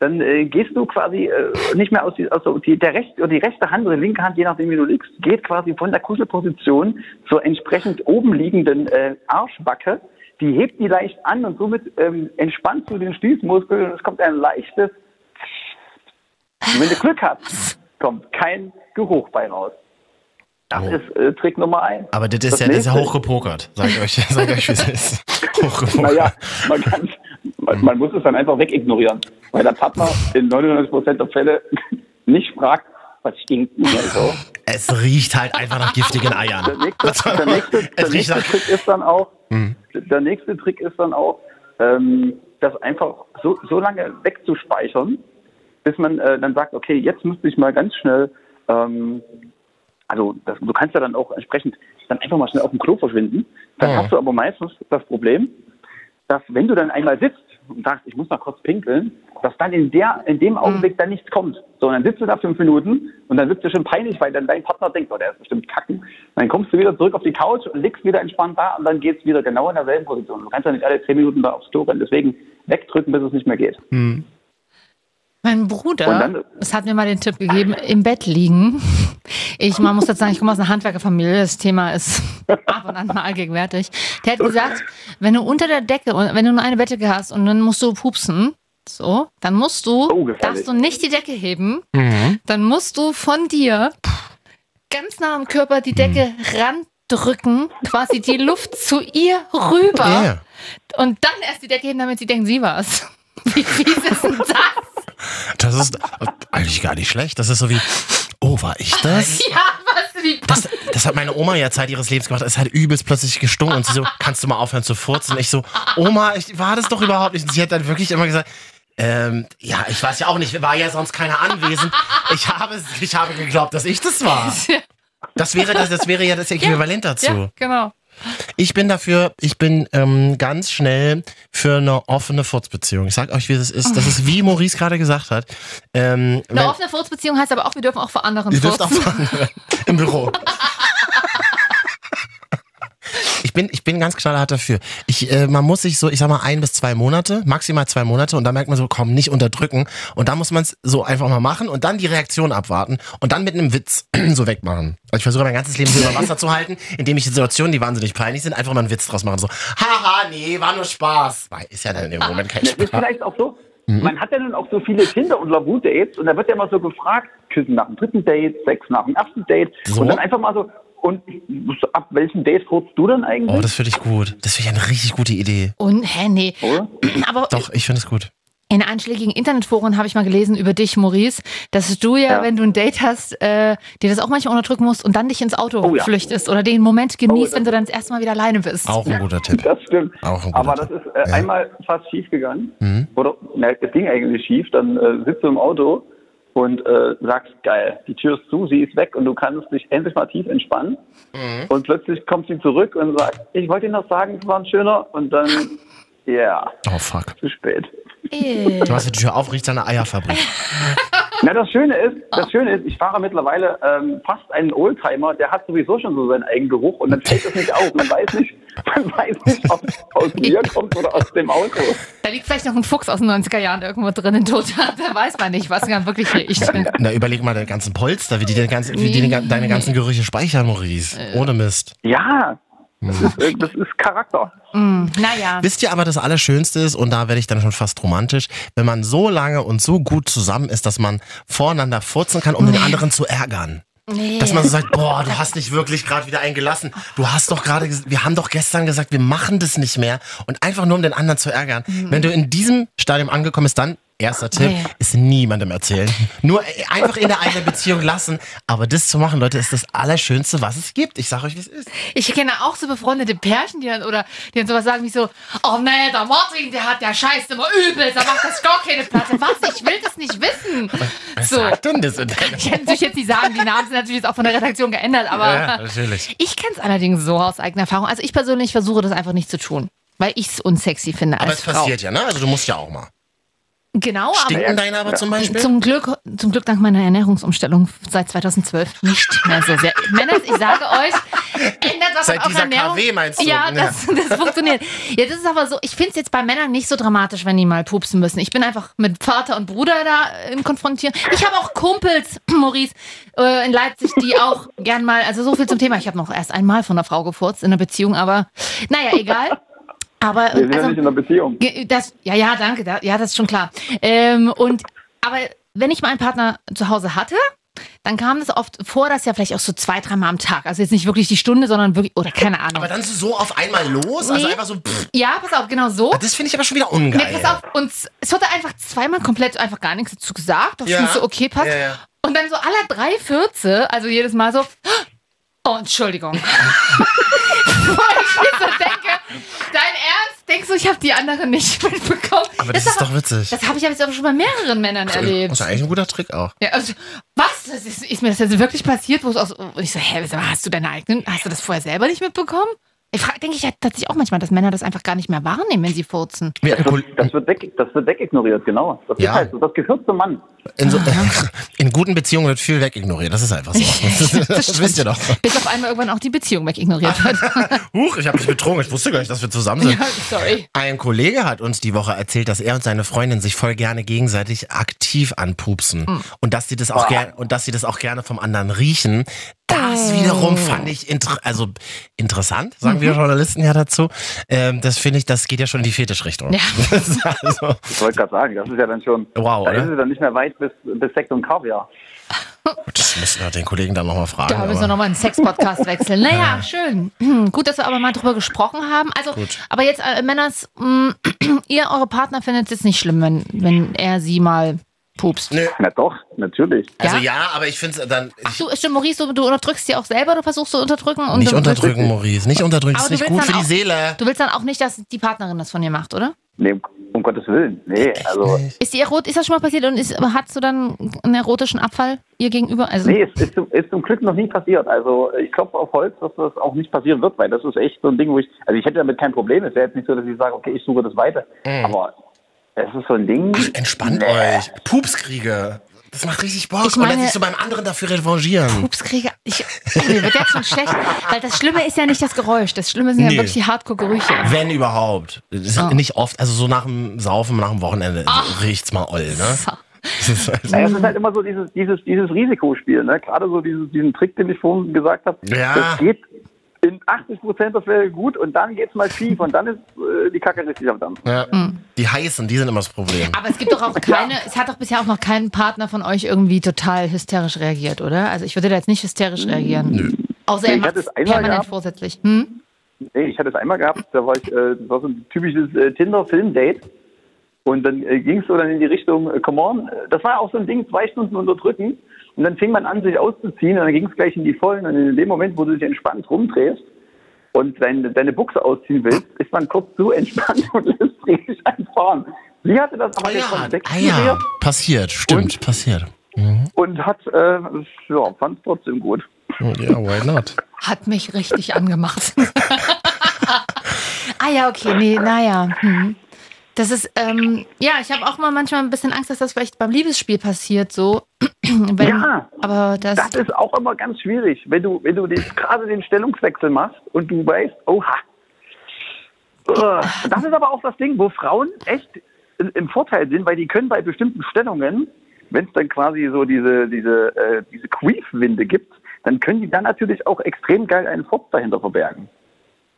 Speaker 6: Dann äh, gehst du quasi äh, nicht mehr aus, die, also die, der rechte oder die rechte Hand oder die linke Hand, je nachdem wie du liegst, geht quasi von der Kuschelposition zur entsprechend oben liegenden äh, Arschbacke. Die hebt die leicht an und somit ähm, entspannst du den Stießmuskel und es kommt ein leichtes. Und wenn du Glück hast, kommt kein Geruch bei raus. Das
Speaker 1: Oh.
Speaker 6: ist äh, Trick Nummer eins.
Speaker 1: Aber das ist, ja, das ist ja
Speaker 6: nächste-
Speaker 1: hochgepokert. Sag ich euch, sag ich euch wie es ist. Hochgepokert.
Speaker 6: Naja, man, kann, man, man muss es dann einfach wegignorieren, weil der Partner in 99% der Fälle nicht fragt, was stinkt denn hier so.
Speaker 1: Es riecht halt einfach nach giftigen Eiern.
Speaker 6: Der nächste, der nächste, der
Speaker 1: Also, es riecht
Speaker 6: nächste
Speaker 1: nach Mhm.
Speaker 6: Trick ist dann auch, der nächste Trick ist dann auch, ähm, das einfach so, so lange wegzuspeichern, bis man äh, dann sagt, okay, jetzt müsste ich mal ganz schnell, ähm, also das, du kannst ja dann auch entsprechend dann einfach mal schnell auf dem Klo verschwinden. Dann
Speaker 1: Ja.
Speaker 6: hast du aber meistens das Problem, dass wenn du dann einmal sitzt und sagst, ich muss mal kurz pinkeln, dass dann in, der, in
Speaker 1: Hm.
Speaker 6: dem Augenblick dann nichts kommt. So, und dann sitzt du da fünf Minuten und dann wird dir schon peinlich, weil dann dein Partner denkt, oh, der ist bestimmt kacken. Und dann kommst du wieder zurück auf die Couch und liegst wieder entspannt da und dann geht's wieder genau in derselben Position. Du kannst ja nicht alle zehn Minuten da aufs Klo rennen. Deswegen wegdrücken, bis es nicht mehr geht.
Speaker 1: Hm.
Speaker 2: Mein
Speaker 6: Und
Speaker 2: Bruder,
Speaker 6: dann-
Speaker 2: es hat mir mal den Tipp gegeben, im Bett liegen. Ich man muss jetzt sagen, ich komme aus einer Handwerkerfamilie, das Thema ist ab und an mal allgegenwärtig. Der hat gesagt, wenn du unter der Decke, und wenn du nur eine Bettdecke hast und dann musst du pupsen, so, dann musst du,
Speaker 6: Oh, gefährlich.
Speaker 2: darfst du nicht die Decke heben, dann musst du von dir ganz nah am Körper die Decke randrücken, quasi die Luft zu ihr rüber
Speaker 1: Ja.
Speaker 2: und dann erst die Decke heben, damit sie denken, sie war's. Wie fies ist denn das?
Speaker 1: Das ist eigentlich gar nicht schlecht. Das ist so wie, oh, war ich das?
Speaker 2: Ja, was wie
Speaker 1: Das, das hat meine Oma ja Zeit ihres Lebens gemacht. Es hat übelst plötzlich gestunken und sie so, kannst du mal aufhören zu furzen? Ich so, Oma, ich war das doch überhaupt nicht. Und sie hat dann wirklich immer gesagt, Ähm, ja, ich weiß ja auch nicht, war ja sonst keiner anwesend. Ich habe, ich habe geglaubt, dass ich das war. Das wäre das, das wäre ja das Äquivalent dazu.
Speaker 2: Ja, genau.
Speaker 1: Ich bin dafür, ich bin ähm, ganz schnell für eine offene Furzbeziehung. Ich sag euch, wie das ist. Das ist wie Maurice gerade gesagt hat. Ähm,
Speaker 2: Eine
Speaker 1: wenn-
Speaker 2: offene Furzbeziehung heißt aber auch, wir dürfen auch vor anderen
Speaker 1: Ihr dürft auch
Speaker 2: furzen.
Speaker 1: sagen, im Büro. Ich bin, ich bin ganz knallhart dafür. Ich, äh, man muss sich so, ich sag mal, ein bis zwei Monate, maximal zwei Monate, und dann merkt man so, komm, nicht unterdrücken. Und dann muss man es so einfach mal machen und dann die Reaktion abwarten und dann mit einem Witz so wegmachen. Also ich versuche mein ganzes Leben so über Wasser zu halten, indem ich Situationen, die wahnsinnig peinlich sind, einfach mal einen Witz draus machen. So, haha, nee, war nur Spaß. Weil Ist ja dann im Moment kein
Speaker 6: Das ist
Speaker 1: Spaß.
Speaker 6: vielleicht auch so.
Speaker 1: Mhm.
Speaker 6: Man hat ja nun auch so viele Kinder und Labu-Dates und da wird ja immer so gefragt, küssen nach dem dritten Date, Sex nach dem ersten Date
Speaker 1: So.
Speaker 6: und dann einfach mal so, und ab welchem Date furzt du denn eigentlich?
Speaker 1: Oh, das finde ich gut. Das finde ich eine richtig gute Idee.
Speaker 2: Und, hä, nee.
Speaker 6: Oder?
Speaker 2: Aber
Speaker 1: Doch, ich finde es gut.
Speaker 2: in einschlägigen Internetforen habe ich mal gelesen über dich, Maurice, dass du ja,
Speaker 6: Ja.
Speaker 2: wenn du ein Date hast, äh, dir das auch manchmal unterdrücken musst und dann dich ins Auto
Speaker 6: Oh ja.
Speaker 2: flüchtest oder den Moment genießt,
Speaker 6: das-
Speaker 2: wenn du dann das erste Mal wieder alleine bist.
Speaker 1: Auch ein guter Tipp.
Speaker 6: Das stimmt.
Speaker 1: Auch ein guter
Speaker 6: Aber das
Speaker 1: Tipp.
Speaker 6: ist äh,
Speaker 1: Ja.
Speaker 6: einmal fast schief gegangen.
Speaker 1: Mhm.
Speaker 6: Oder, na, es ging eigentlich schief. Dann äh, sitzt du im Auto und äh, sagst, geil, die Tür ist zu, sie ist weg und du kannst dich endlich mal tief entspannen. Und plötzlich kommt sie zurück und sagt, ich wollte dir noch sagen, es war ein schöner. Und dann, ja,
Speaker 1: Oh, fuck.
Speaker 6: zu spät.
Speaker 2: Äh,
Speaker 1: Du hast die Tür auf, riecht seine Eierfabrik.
Speaker 6: Na, das Schöne ist, das Schöne ist, ich fahre mittlerweile ähm, fast einen Oldtimer, der hat sowieso schon so seinen eigenen Geruch und dann fällt es nicht auf. Man weiß nicht, man weiß nicht, ob es aus mir kommt oder aus dem Auto.
Speaker 2: da liegt vielleicht noch ein Fuchs aus den 90er Jahren irgendwo drin in Toter. Da weiß man nicht, was dann wirklich riecht.
Speaker 1: Na, überleg mal deine ganzen Polster, wie die, den ganzen, wie die den, gan- deine ganzen Gerüche speichern, Maurice. Ohne Mist.
Speaker 6: Ja,
Speaker 1: Hm.
Speaker 6: das ist, äh, das ist Charakter.
Speaker 2: Mm, naja.
Speaker 1: Wisst ihr aber, das Allerschönste ist, und da werde ich dann schon fast romantisch, wenn man so lange und so gut zusammen ist, dass man voreinander furzen kann, um den anderen zu ärgern.
Speaker 2: Nee.
Speaker 1: Dass man so sagt, boah, du hast nicht wirklich gerade wieder einen gelassen. Du hast doch gerade, ges- wir haben doch gestern gesagt, wir machen das nicht mehr. Und einfach nur, um den anderen zu ärgern.
Speaker 2: Mhm.
Speaker 1: Wenn du in diesem Stadium angekommen bist, dann, erster Tipp,
Speaker 2: Nee.
Speaker 1: ist niemandem erzählen. Nur äh, einfach in der eigenen Beziehung lassen. Aber das zu machen, Leute, ist das Allerschönste, was es gibt. Ich sag euch, wie es ist.
Speaker 2: Ich kenne auch so befreundete Pärchen, die dann, oder, die dann sowas sagen wie so, oh nee, der Martin, der hat der Scheiß immer übel, da macht das gar keine Platte. Was? Ich will das nicht wissen.
Speaker 1: Was
Speaker 2: So.
Speaker 1: sagt denn das? in deinem-
Speaker 2: Ich kann natürlich jetzt nicht sagen, die Namen sind natürlich jetzt auch von der Redaktion geändert, aber
Speaker 1: Ja, natürlich.
Speaker 2: ich kenne es allerdings so aus eigener Erfahrung. Also ich persönlich versuche das einfach nicht zu tun, weil ich es unsexy finde
Speaker 1: Aber
Speaker 2: als
Speaker 1: es
Speaker 2: Frau.
Speaker 1: passiert ja, ne? Also du musst ja auch mal.
Speaker 2: Genau,
Speaker 1: Stinken deine aber zum
Speaker 2: aber
Speaker 1: Beispiel?
Speaker 2: zum Glück, zum Glück dank meiner Ernährungsumstellung seit 2012 nicht mehr so sehr. Männer, ich sage euch, ändert was
Speaker 1: Seit
Speaker 2: an eurer
Speaker 1: dieser
Speaker 2: Ernährung.
Speaker 1: KW meinst du? Ja.
Speaker 2: Ja, das, das funktioniert. Jetzt ist es aber so, ich finde es jetzt bei Männern nicht so dramatisch, wenn die mal pupsen müssen. Ich bin einfach mit Vater und Bruder da im Konfrontieren. Ich habe auch Kumpels, Maurice, äh, in Leipzig, die auch gern mal, also so viel zum Thema. Ich habe noch erst einmal von einer Frau gefurzt in einer Beziehung, aber naja, egal. Aber
Speaker 6: Wir sind ja
Speaker 2: also-
Speaker 6: nicht in einer Beziehung.
Speaker 2: Ge- Das, ja, ja, danke. Da, ja, das ist schon klar. Ähm, und aber wenn ich mal einen Partner zu Hause hatte, dann kam das oft vor, dass ja vielleicht auch so zwei, dreimal am Tag. Also jetzt nicht wirklich die Stunde, sondern wirklich, oder keine Ahnung.
Speaker 1: Aber dann so auf einmal los, also
Speaker 2: Nee.
Speaker 1: einfach so, pff,
Speaker 2: ja, pass auf, genau so.
Speaker 1: das finde ich aber schon wieder
Speaker 2: Nee,
Speaker 1: ungeil.
Speaker 2: pass auf, und es- es wurde einfach zweimal komplett einfach gar nichts dazu gesagt. Das
Speaker 1: Ja.
Speaker 2: ist so, okay, passt.
Speaker 1: Ja, ja.
Speaker 2: Und dann so aller drei Vierze, also jedes Mal so, oh, Entschuldigung. Wo ich mir so denke, dein Ernst? Denkst du, ich habe die anderen nicht mitbekommen?
Speaker 1: Aber das ist doch witzig.
Speaker 2: Das habe ich aber jetzt aber schon bei mehreren Männern
Speaker 1: Das
Speaker 2: erlebt.
Speaker 1: ist eigentlich ein guter Trick auch.
Speaker 2: Ja, also, was? Das ist, ist mir das jetzt wirklich passiert? Wo es aus, und ich so, hä, sag mal, hast du deine eigenen, hast du das vorher selber nicht mitbekommen? Ich frage, denke ich ja tatsächlich auch manchmal, dass Männer das einfach gar nicht mehr wahrnehmen, wenn sie furzen.
Speaker 1: Mir ein Kol-
Speaker 6: Das wird, weg, das wird wegignoriert, genau. Das,
Speaker 1: Ja.
Speaker 6: ist halt, so, das gehört zum Mann.
Speaker 1: In, so, in guten Beziehungen wird viel wegignoriert. Das ist einfach so. Das, wisst ihr doch.
Speaker 2: Bis auf einmal irgendwann auch die Beziehung wegignoriert wird.
Speaker 1: Huch, ich habe dich betrogen. Ich wusste gar nicht, dass wir zusammen sind.
Speaker 2: Ja, sorry.
Speaker 1: Ein Kollege hat uns die Woche erzählt, dass er und seine Freundin sich voll gerne gegenseitig aktiv anpupsen
Speaker 2: Hm.
Speaker 1: und dass sie das auch gerne und dass sie das auch gerne vom anderen riechen. Das wiederum fand ich inter also interessant, sagen
Speaker 2: Mhm.
Speaker 1: wir Journalisten ja dazu. Ähm, das finde ich, das geht ja schon in die Fetischrichtung.
Speaker 2: Ja.
Speaker 1: Das ist also,
Speaker 6: Ich wollte gerade sagen, das ist ja dann schon.
Speaker 1: Wow,
Speaker 6: da
Speaker 1: oder?
Speaker 6: ist es dann nicht mehr weit bis, bis Sekt und Kaviar.
Speaker 1: das müssen wir den Kollegen dann nochmal fragen.
Speaker 2: Da müssen wir
Speaker 1: aber-
Speaker 2: nochmal einen Sex-Podcast wechseln. Naja, schön. Hm, Gut, dass wir aber mal drüber gesprochen haben. Also, aber jetzt, äh, Männers, mh, ihr, eure Partner findet es jetzt nicht schlimm, wenn, wenn er sie mal pupst.
Speaker 1: Nö.
Speaker 6: Na doch, natürlich.
Speaker 1: also
Speaker 2: ja?
Speaker 1: ja, aber ich finde es dann
Speaker 2: Ach du, stimmt, Maurice, du, du unterdrückst sie auch selber, du versuchst zu unterdrücken. Und
Speaker 1: nicht
Speaker 2: du,
Speaker 1: unterdrücken, Maurice. Nicht unterdrücken,
Speaker 2: Aber
Speaker 1: ist
Speaker 2: du
Speaker 1: nicht
Speaker 2: willst
Speaker 1: gut
Speaker 2: dann
Speaker 1: für die
Speaker 2: auch-
Speaker 1: Seele.
Speaker 2: Du willst dann auch nicht, dass die Partnerin das von dir macht, oder?
Speaker 6: Nee, Um Gottes Willen. Nee, also.
Speaker 2: Ist, die erot ist das schon mal passiert und ist, hast du dann einen erotischen Abfall ihr gegenüber? Also,
Speaker 6: Nee, ist, ist, zum, ist zum Glück noch nie passiert. Also ich klopfe auf Holz, dass das auch nicht passieren wird, weil das ist echt so ein Ding, wo ich, also ich hätte damit kein Problem. Es wäre jetzt nicht so, dass ich sage, okay, ich suche das weiter. Aber es ist so ein Ding.
Speaker 1: Mhm. Entspannt euch. Pupskriege. Das macht richtig Bock.
Speaker 2: Äh. Ich
Speaker 1: und
Speaker 2: meine-
Speaker 1: dann sich so beim anderen dafür revanchieren.
Speaker 2: Pupskriege. Ich, oh, mir wird jetzt schon schlecht. Weil das Schlimme ist ja nicht das Geräusch. Das Schlimme sind
Speaker 1: Nee.
Speaker 2: ja wirklich die Hardcore-Gerüche.
Speaker 1: Wenn überhaupt. Das ist
Speaker 2: Ah.
Speaker 1: Nicht oft. Also so nach dem Saufen, nach dem Wochenende riecht's mal oll, ne?
Speaker 2: So.
Speaker 1: Das ist halt-
Speaker 6: Naja, es ist halt immer so dieses, dieses, dieses Risikospiel, ne? Gerade so dieses, diesen Trick, den ich vorhin gesagt habe.
Speaker 1: Ja.
Speaker 6: Das geht in 80 Prozent der Fälle gut und dann geht's mal schief und dann ist äh, die Kacke richtig am Dampfen.
Speaker 1: Ja. Die heißen, die sind immer das Problem.
Speaker 2: Mm. Aber es gibt doch auch keine, es hat doch bisher auch noch keinen Partner von euch irgendwie total hysterisch reagiert, oder? Also ich würde da jetzt nicht hysterisch reagieren. Nö. Außer er
Speaker 6: Ich
Speaker 2: macht
Speaker 6: hatte
Speaker 2: es
Speaker 6: es einmal
Speaker 2: permanent
Speaker 6: gehabt.
Speaker 2: vorsätzlich. Hm?
Speaker 6: Nee, ich hatte es einmal gehabt, da war ich, äh, das war so ein typisches äh, Tinder-Film-Date. Und dann äh, ging es so dann in die Richtung, äh, come on, Äh, das war auch so ein Ding, zwei Stunden unterdrücken. Und dann fing man an, sich auszuziehen und dann ging es gleich in die Vollen. Und in dem Moment, wo du dich entspannt rumdrehst und dein, deine Buchse ausziehen willst, ist man kurz zu entspannt und lässt richtig einfahren. Sie hatte das aber jetzt von
Speaker 1: Ah ja, passiert, stimmt, passiert.
Speaker 6: und hat, äh, ja, fand es trotzdem gut.
Speaker 1: Ja, why not?
Speaker 2: Hat mich richtig angemacht. ah ja, okay, nee, naja. Hm. Das ist, ähm, ja, ich habe auch mal manchmal ein bisschen Angst, dass das vielleicht beim Liebesspiel passiert, so. Wenn,
Speaker 6: Ja.
Speaker 2: Aber das,
Speaker 6: Das ist auch immer ganz schwierig, wenn du, wenn du den, gerade den Stellungswechsel machst und du weißt, oha. Äh, Das ist aber auch das Ding, wo Frauen echt in- im Vorteil sind, weil die können bei bestimmten Stellungen, wenn es dann quasi so diese, diese, äh, diese Queef-Winde gibt, dann können die dann natürlich auch extrem geil einen Furz dahinter verbergen.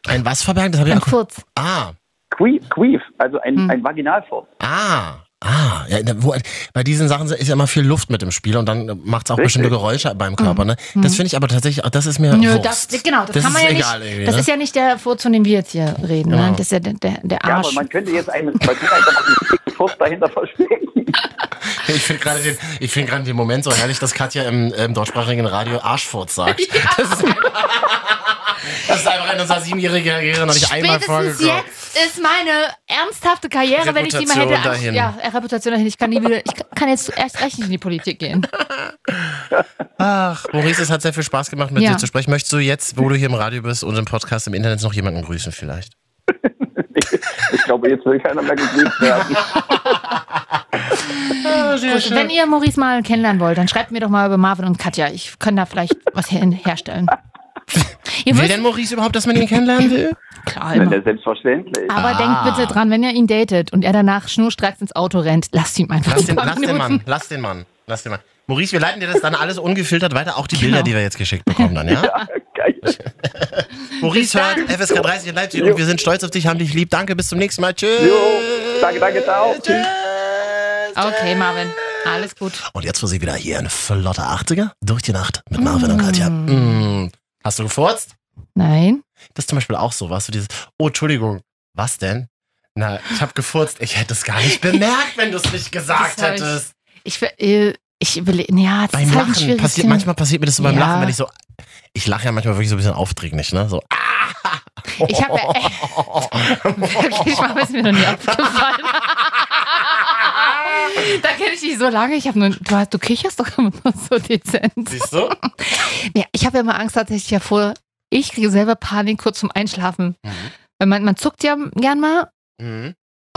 Speaker 1: Ein was verbergen? Das habe ich
Speaker 2: ein
Speaker 1: auch.
Speaker 2: Furz.
Speaker 1: Ah,
Speaker 6: Que Queef, also ein, ein Vaginalfurz.
Speaker 1: ah, ah. Ja, da- wo, bei diesen Sachen ist ja immer viel Luft mit im Spiel und dann macht es auch
Speaker 6: Richtig.
Speaker 1: bestimmte Geräusche beim Körper. Ne? Das finde ich aber tatsächlich, auch- das ist mir.
Speaker 2: Mhm. Nö,
Speaker 1: Wurst.
Speaker 2: das, genau, das, kann man
Speaker 1: ist
Speaker 2: ja
Speaker 1: egal
Speaker 2: nicht.
Speaker 1: Irgendwie,
Speaker 2: das
Speaker 1: ne?
Speaker 2: ist ja nicht der Furz, von dem wir jetzt hier reden. Ne? Das ist ja der, der, der
Speaker 6: Ja,
Speaker 2: Arsch.
Speaker 6: aber man könnte jetzt einen, man könnte einfach einen Furz dahinter verstecken.
Speaker 1: Ich finde gerade den, ich find gerade den Moment so herrlich, dass Katja im, im deutschsprachigen Radio Arschfurz sagt. Das, ist, das ist einfach in unserer siebenjährigen Karriere noch nicht einmal
Speaker 2: Spätestens
Speaker 1: vorgekommen.
Speaker 2: jetzt ist meine ernsthafte Karriere, wenn ich die mal hätte.
Speaker 1: Reputation dahin.
Speaker 2: Ja, Reputation dahin. Ich kann, nie wieder, ich kann jetzt erst recht nicht in die Politik gehen.
Speaker 1: Ach, Maurice, es hat sehr viel Spaß gemacht, mit
Speaker 2: Ja.
Speaker 1: dir zu sprechen. Möchtest du jetzt, wo du hier im Radio bist und im Podcast im Internet noch jemanden grüßen vielleicht?
Speaker 6: Ich glaube, jetzt will keiner mehr gegrüßt werden.
Speaker 2: Gut, wenn ihr Maurice mal kennenlernen wollt, dann schreibt mir doch mal über Marvin und Katja. Ich kann da vielleicht was her herstellen. Ihr
Speaker 1: Will
Speaker 2: wisst,
Speaker 1: denn Maurice überhaupt, dass man ihn kennenlernen will?
Speaker 2: klar,
Speaker 6: Na,
Speaker 2: immer.
Speaker 6: na, Selbstverständlich.
Speaker 2: Aber
Speaker 1: Ah.
Speaker 2: denkt bitte dran, wenn ihr ihn datet und er danach schnurstracks ins Auto rennt, lasst ihn einfach
Speaker 1: Lass
Speaker 2: ein
Speaker 1: den,
Speaker 2: paar
Speaker 1: lass den
Speaker 2: Minuten.
Speaker 1: Mann, lass den Mann, lass den Mann. Maurice, wir leiten dir das dann alles ungefiltert weiter, auch die
Speaker 2: Genau.
Speaker 1: Bilder, die wir jetzt geschickt bekommen dann, ja?
Speaker 6: Geil.
Speaker 1: Maurice hört FSK 30 in Leipzig und wir sind stolz auf dich, haben dich lieb. Danke, bis zum nächsten Mal. Tschüss.
Speaker 6: Jo, danke, danke, ciao. Tschüss.
Speaker 2: Okay, Marvin, alles gut.
Speaker 1: Und jetzt war sie wieder hier in flotter 80er durch die Nacht mit Marvin und Katja. Mm. Hast du gefurzt?
Speaker 2: Nein.
Speaker 1: Das ist zum Beispiel auch so, was du dieses, oh, Entschuldigung, was denn? Na, ich habe gefurzt. Ich hätte es gar nicht bemerkt, wenn du es nicht gesagt
Speaker 2: Das hab ich-
Speaker 1: hättest.
Speaker 2: Ich, ver- äh, ich überlege, ja, das
Speaker 1: Beim
Speaker 2: ist halt ein
Speaker 1: Lachen
Speaker 2: schwieriges
Speaker 1: passiert,
Speaker 2: Thema.
Speaker 1: manchmal passiert mir das so beim
Speaker 2: Ja.
Speaker 1: Lachen, wenn ich so, ich lache ja manchmal wirklich so ein bisschen aufdringlich, ne? So,
Speaker 2: Ich habe ja, wirklich, mal ist mir noch nie aufgefallen. da kenne ich dich so lange. Ich habe nur, du, hast- du kicherst doch immer noch so dezent.
Speaker 1: siehst du?
Speaker 2: Ja, ich habe ja immer Angst tatsächlich davor. Ich kriege selber Panik kurz zum Einschlafen. Weil man, man zuckt ja gern mal
Speaker 1: Mhm.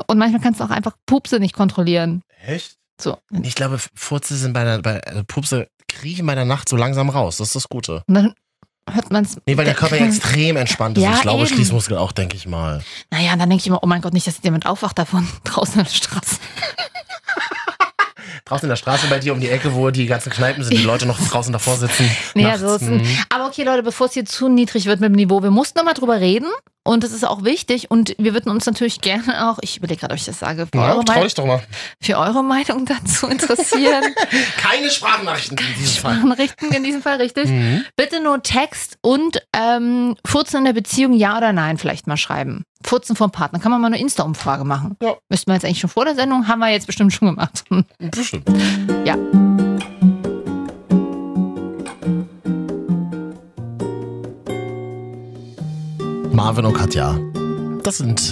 Speaker 2: und manchmal kannst du auch einfach Pupse nicht kontrollieren.
Speaker 1: Echt?
Speaker 2: So.
Speaker 1: Ich glaube, Furze sind bei der, bei, also Pupse kriechen bei der Nacht so langsam raus. Das ist das Gute.
Speaker 2: Und dann hört man es.
Speaker 1: Nee, weil der Körper ja extrem entspannt ist.
Speaker 2: Ja,
Speaker 1: ich glaube,
Speaker 2: eben.
Speaker 1: Schließmuskel auch, denke ich mal.
Speaker 2: Naja, und dann denke ich immer, oh mein Gott, nicht, dass jetzt jemand aufwacht davon draußen auf der Straße.
Speaker 1: Draußen in der Straße bei dir um die Ecke, wo die ganzen Kneipen sind, die Leute noch draußen davor sitzen.
Speaker 2: Naja,
Speaker 1: nachts.
Speaker 2: so ist
Speaker 1: Mhm.
Speaker 2: also es. Aber okay, Leute, bevor es hier zu niedrig wird mit dem Niveau, wir mussten nochmal drüber reden. Und das ist auch wichtig. Und wir würden uns natürlich gerne auch, ich überlege gerade, ob ich das sage, für,
Speaker 1: Ja,
Speaker 2: eure,
Speaker 1: trau
Speaker 2: Meinung,
Speaker 1: dich doch mal.
Speaker 2: für eure Meinung dazu interessieren.
Speaker 1: Keine Sprachnachrichten in diesem Fall.
Speaker 2: Nachrichten in diesem Fall, richtig?
Speaker 1: Mhm.
Speaker 2: Bitte nur Text und ähm, Furzen in der Beziehung, ja oder nein, vielleicht mal schreiben. Furzen vom Partner. Kann man mal eine Insta-Umfrage machen.
Speaker 1: Ja.
Speaker 2: Müssten wir jetzt eigentlich schon vor der Sendung, haben wir jetzt bestimmt schon gemacht.
Speaker 1: Bestimmt.
Speaker 2: Ja.
Speaker 1: Marvin und Katja. Das sind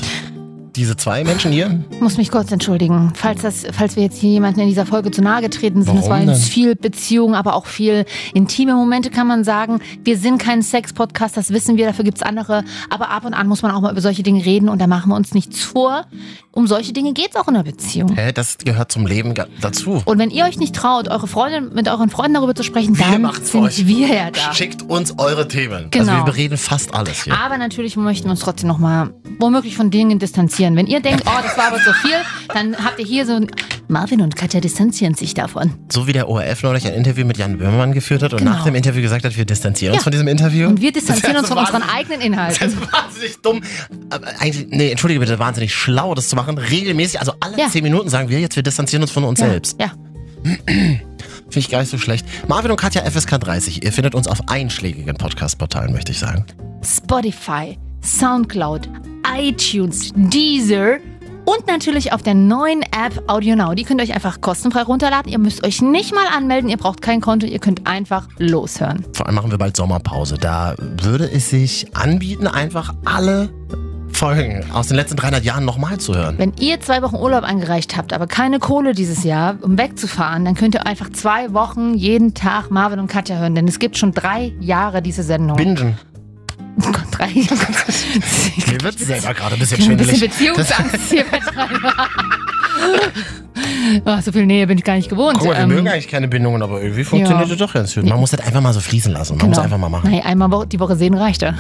Speaker 1: Diese zwei Menschen hier?
Speaker 2: Muss mich kurz entschuldigen, falls, das, falls wir jetzt hier jemanden in dieser Folge zu nahe getreten sind. es war
Speaker 1: Warum
Speaker 2: jetzt
Speaker 1: denn?
Speaker 2: viel Beziehung, aber auch viel intime Momente, kann man sagen. Wir sind kein Sex-Podcast, das wissen wir, dafür gibt's andere. Aber ab und an muss man auch mal über solche Dinge reden und da machen wir uns nichts vor. Um solche Dinge geht's auch in der Beziehung.
Speaker 1: Hä, das gehört zum Leben ga- dazu.
Speaker 2: Und wenn ihr euch nicht traut, eure Freundin mit euren Freunden darüber zu sprechen,
Speaker 1: Wir
Speaker 2: dann
Speaker 1: machen's für
Speaker 2: sind
Speaker 1: euch.
Speaker 2: wir ja da.
Speaker 1: Schickt uns eure Themen.
Speaker 2: Genau. Ah.
Speaker 1: Also wir bereden fast alles hier.
Speaker 2: Aber natürlich möchten wir uns trotzdem nochmal womöglich von Dingen distanzieren. Wenn ihr denkt, oh, das war aber zu viel, dann habt ihr hier so ein Marvin und Katja distanzieren sich davon.
Speaker 1: So wie der ORF neulich ein Interview mit Jan Böhmermann geführt hat und
Speaker 2: Genau.
Speaker 1: nach dem Interview gesagt hat, wir distanzieren uns
Speaker 2: Ja.
Speaker 1: von diesem Interview.
Speaker 2: Und wir
Speaker 1: Das
Speaker 2: distanzieren
Speaker 1: ist
Speaker 2: uns von unseren
Speaker 1: wahnsinnig-
Speaker 2: eigenen
Speaker 1: Das
Speaker 2: Inhalten.
Speaker 1: ist wahnsinnig dumm. Aber eigentlich, nee, entschuldige bitte, wahnsinnig schlau, das zu machen. Regelmäßig, also alle
Speaker 2: Ja.
Speaker 1: zehn Minuten sagen wir jetzt, wir distanzieren uns von uns selbst.
Speaker 2: Ja.
Speaker 1: Finde ich gar nicht so schlecht. Marvin und Katja FSK 30, ihr findet uns auf einschlägigen Podcast-Portalen, möchte ich sagen.
Speaker 2: Spotify, Soundcloud, iTunes, Deezer und natürlich auf der neuen App AudioNow. Die könnt ihr euch einfach kostenfrei runterladen. Ihr müsst euch nicht mal anmelden, ihr braucht kein Konto, ihr könnt einfach loshören.
Speaker 1: Vor allem machen wir bald Sommerpause. Da würde es sich anbieten, einfach alle Folgen aus den letzten 300 Jahren nochmal zu hören.
Speaker 2: Wenn ihr zwei Wochen Urlaub eingereicht habt, aber keine Kohle dieses Jahr, um wegzufahren, dann könnt ihr einfach zwei Wochen jeden Tag Marvin und Katja hören, denn es gibt schon drei Jahre diese Sendung.
Speaker 1: Bingen.
Speaker 2: Oh Gott, drei Jahre.
Speaker 1: Mir wird selber gerade ein bisschen
Speaker 2: Ein bisschen
Speaker 1: schwindelig.
Speaker 2: Beziehungsangst hier betreiben. Ach, Oh, so viel Nähe bin ich gar nicht gewohnt.
Speaker 1: Guck mal, wir
Speaker 2: Ähm,
Speaker 1: mögen eigentlich keine Bindungen, aber irgendwie funktioniert
Speaker 2: ja.
Speaker 1: das doch ganz schön. Man muss das einfach mal so fließen lassen. Man muss
Speaker 2: genau.
Speaker 1: einfach mal machen.
Speaker 2: Nein, einmal wo- die Woche sehen reicht ja.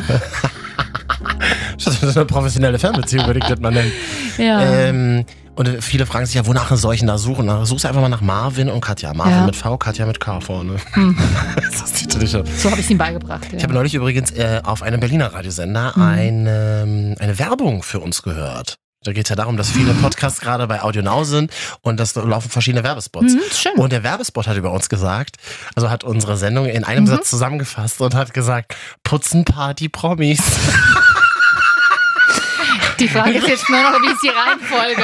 Speaker 1: Das ist eine professionelle Fernbeziehung, würde ich das mal nennen.
Speaker 2: ja.
Speaker 1: Ähm, und äh, viele fragen sich ja, wonach soll ich denn da suchen? Na, suchst du einfach mal nach Marvin und Katja. Marvin
Speaker 2: Ja. Hm.
Speaker 1: mit V, Katja mit K vorne. das ist die dritte.
Speaker 2: so habe ich es ihm beigebracht. Ja.
Speaker 1: Ich habe neulich übrigens äh, auf einem Berliner Radiosender
Speaker 2: Mhm.
Speaker 1: eine, ähm, eine Werbung für uns gehört. Da geht es ja darum, dass viele Podcasts gerade bei Audio Now sind und dass da laufen verschiedene Werbespots.
Speaker 2: Mhm, schön.
Speaker 1: Und der Werbespot hat über uns gesagt, also hat unsere Sendung in einem
Speaker 2: Mhm.
Speaker 1: Satz zusammengefasst und hat gesagt, putzen Party Promis.
Speaker 2: Die Frage ist jetzt nur noch, wie ist die Reihenfolge?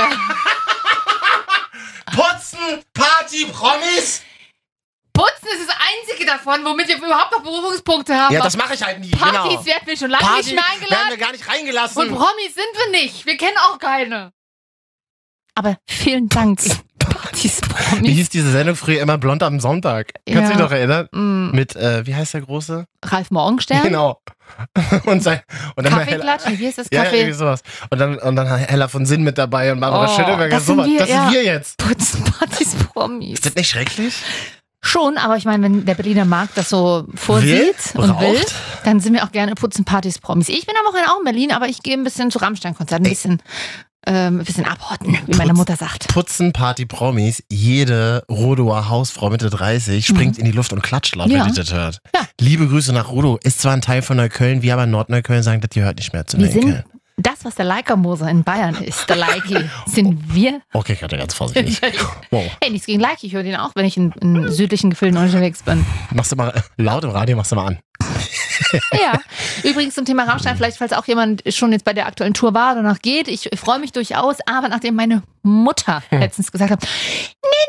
Speaker 1: putzen Party Promis?
Speaker 2: Putzen ist das einzige davon, womit wir überhaupt noch Berufungspunkte haben.
Speaker 1: Ja, das mache ich halt nie.
Speaker 2: Partys
Speaker 1: genau.
Speaker 2: werden wir schon lange nicht mehr
Speaker 1: werden
Speaker 2: eingeladen.
Speaker 1: wir gar nicht
Speaker 2: Und
Speaker 1: reingelassen.
Speaker 2: Promis sind wir nicht. Wir kennen auch keine. Aber vielen Dank. Partys,
Speaker 1: Wie
Speaker 2: Promis.
Speaker 1: hieß diese Sendung früher immer blond am Sonntag?
Speaker 2: Ja.
Speaker 1: Kannst du dich noch erinnern?
Speaker 2: Mm,
Speaker 1: Mit, äh, wie heißt der Große?
Speaker 2: Ralf Morgenstern?
Speaker 1: Genau. Und, sein, und dann war Hella,
Speaker 2: Kaffeeklatsch? Wie ist das?
Speaker 1: ja, ja,
Speaker 2: Kaffee?
Speaker 1: irgendwie sowas. Und dann, und dann Hella von Sinn mit dabei und Barbara
Speaker 2: Oh,
Speaker 1: Schöneberger.
Speaker 2: das sind
Speaker 1: sowas.
Speaker 2: wir,
Speaker 1: das
Speaker 2: ja.
Speaker 1: sind wir jetzt.
Speaker 2: Putzen Partys Promis.
Speaker 1: Ist das nicht schrecklich?
Speaker 2: Schon, aber ich meine, wenn der Berliner Markt das so vorsieht
Speaker 1: Will?
Speaker 2: und
Speaker 1: Raucht?
Speaker 2: will, dann sind wir auch gerne putzen Partys Promis. Ich bin am Wochenende auch in Berlin, aber ich gehe ein bisschen zu Rammstein-Konzerten, ein
Speaker 1: Ey.
Speaker 2: bisschen, ähm, ein bisschen abhotten, wie meine
Speaker 1: Putz-
Speaker 2: Mutter sagt.
Speaker 1: Putzen Party Promis. Jede Rodoer Hausfrau Mitte 30 springt in die Luft und klatscht laut,
Speaker 2: Mhm. Ja.
Speaker 1: wenn die das hört.
Speaker 2: Ja.
Speaker 1: Liebe Grüße nach Rodo. Ist zwar ein Teil von Neukölln, wir aber in Nordneukölln sagen, das gehört nicht mehr zu
Speaker 2: Wir sind
Speaker 1: Neukölln.
Speaker 2: das, was der Leikermoser in Bayern ist, der Leiki, sind wir.
Speaker 1: Okay, ich hatte ganz vorsichtig. wow.
Speaker 2: Hey, nichts gegen Leiki, ich höre den auch, wenn ich in,
Speaker 1: Hm.
Speaker 2: in südlichen Gefilden unterwegs bin.
Speaker 1: Machst du mal laut im Radio, machst du mal an.
Speaker 2: Ja. Übrigens zum Thema Rammstein, vielleicht falls auch jemand schon jetzt bei der aktuellen Tour war oder noch geht. Ich freue mich durchaus, aber nachdem meine Mutter
Speaker 1: Hm.
Speaker 2: letztens gesagt hat, nee,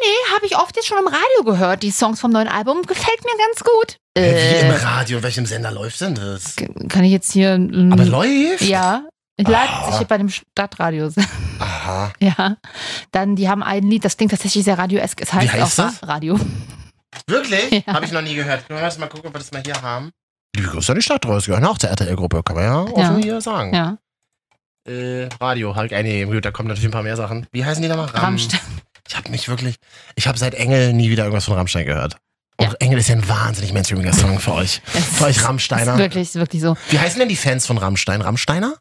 Speaker 2: nee, habe ich oft jetzt schon im Radio gehört, die Songs vom neuen Album, gefällt mir ganz gut.
Speaker 1: Wie im
Speaker 2: Äh,
Speaker 1: Radio, welchem Sender läuft denn das?
Speaker 2: k- kann ich jetzt hier... ähm,
Speaker 1: Aber läuft? Ah.
Speaker 2: Ja. In Leipzig hier bei dem Stadtradio.
Speaker 1: Aha.
Speaker 2: ja. Dann, die haben ein Lied, das klingt tatsächlich sehr radioesk. Es heißt,
Speaker 1: heißt
Speaker 2: auch
Speaker 1: das?
Speaker 2: Radio.
Speaker 1: Wirklich?
Speaker 2: Ja.
Speaker 1: Habe ich noch nie gehört. Können wir das mal gucken, ob wir das mal hier haben? Liebe Grüße an die Stadt Reus, gehören auch zur RTL-Gruppe, kann man ja offen
Speaker 2: Ja.
Speaker 1: hier sagen.
Speaker 2: Ja.
Speaker 1: Äh, Radio, halt eingegeben, gut, da kommen natürlich ein paar mehr Sachen. Wie heißen die da mal? Ram-
Speaker 2: Rammstein.
Speaker 1: Ich habe mich wirklich, ich habe seit Engel nie wieder irgendwas von Rammstein gehört. Und
Speaker 2: Ja.
Speaker 1: Engel ist ja ein wahnsinnig mainstreamiger Song für euch.
Speaker 2: Es
Speaker 1: Für euch
Speaker 2: Ist
Speaker 1: Rammsteiner.
Speaker 2: wirklich, ist wirklich so.
Speaker 1: Wie heißen denn die Fans von Rammstein? Rammsteiner?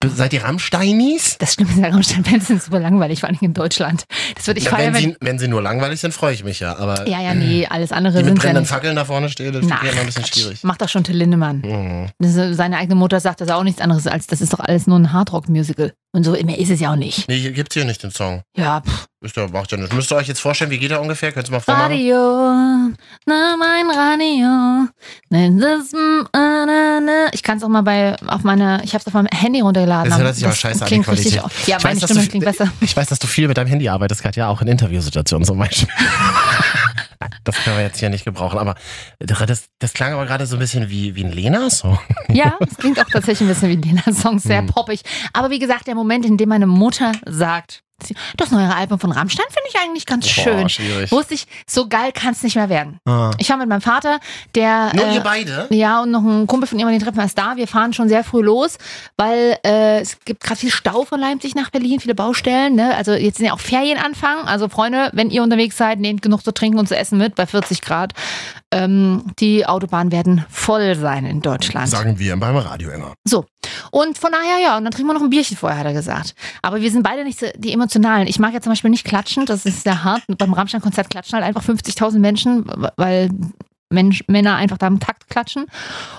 Speaker 1: Be- Seid ihr Rammsteinis?
Speaker 2: Das Schlimme ist, Rammstein-Fans sind super langweilig, vor allem in Deutschland. Das würde ich
Speaker 1: Na,
Speaker 2: feiern,
Speaker 1: wenn,
Speaker 2: wenn,
Speaker 1: sie, wenn sie nur langweilig sind, freue ich mich ja. Aber
Speaker 2: Ja, ja, nee, alles
Speaker 1: die
Speaker 2: andere
Speaker 1: mit
Speaker 2: sind ja
Speaker 1: brennenden
Speaker 2: nicht.
Speaker 1: Fackeln da vorne stehen, das
Speaker 2: Na,
Speaker 1: finde ich immer ein bisschen
Speaker 2: Quatsch.
Speaker 1: schwierig.
Speaker 2: Macht doch schon Till Lindemann.
Speaker 1: Mhm.
Speaker 2: Das ist, seine eigene Mutter sagt das ist auch nichts anderes als, das ist doch alles nur ein Hardrock-Musical. Und so immer ist es ja auch nicht.
Speaker 1: Nee, gibt's hier nicht den Song.
Speaker 2: Ja, pff.
Speaker 1: Ist ja, macht ja nicht. Müsst ihr euch jetzt vorstellen, wie geht er ungefähr? Könnt ihr mal vormachen?
Speaker 2: Radio, na mein Radio. Nein, das, mm, äh, na, na. Ich kann es auch mal bei, auf meiner, ich habe es auf meinem Handy runtergeladen.
Speaker 1: Das
Speaker 2: aber
Speaker 1: hört sich aber scheiße an, die
Speaker 2: klingt richtig.
Speaker 1: Qualität.
Speaker 2: Ja,
Speaker 1: Ich
Speaker 2: meine
Speaker 1: weiß, dass
Speaker 2: Stimme
Speaker 1: du-
Speaker 2: klingt besser.
Speaker 1: Ich weiß, dass du viel mit deinem Handy arbeitest, Katja, auch in Interviewsituationen zum Beispiel. Das können wir jetzt hier nicht gebrauchen. Aber das, das klang aber gerade so ein bisschen wie, wie ein Lena-Song.
Speaker 2: Ja, es klingt auch tatsächlich ein bisschen wie Lenas Song, sehr
Speaker 1: Mhm.
Speaker 2: poppig. Aber wie gesagt, der Moment, in dem meine Mutter sagt, sie- das neue Album von Rammstein finde ich eigentlich ganz schön.
Speaker 1: Boah, schwierig.
Speaker 2: Wusste ich, so geil kann es nicht mehr werden.
Speaker 1: Ah.
Speaker 2: Ich war mit meinem Vater, der.
Speaker 1: Nur
Speaker 2: äh,
Speaker 1: ihr beide?
Speaker 2: ja, und noch ein Kumpel von ihm, den treffen wir erst da. Wir fahren schon sehr früh los, weil äh, es gibt gerade viel Stau von Leipzig nach Berlin, viele Baustellen. Ne? Also jetzt sind ja auch Ferienanfang. Also Freunde, wenn ihr unterwegs seid, nehmt genug zu trinken und zu essen mit bei 40 Grad. Ähm, die Autobahnen werden voll sein in Deutschland.
Speaker 1: Sagen wir beim Radio immer.
Speaker 2: So. Und von daher, ja, und dann trinken wir noch ein Bierchen vorher, hat er gesagt. Aber wir sind beide nicht so die Emotionalen. Ich mag ja zum Beispiel nicht klatschen, das ist sehr hart. Und Beim Rammstein-Konzert klatschen halt einfach 50.000 Menschen, weil Mensch, Männer einfach da im Takt klatschen.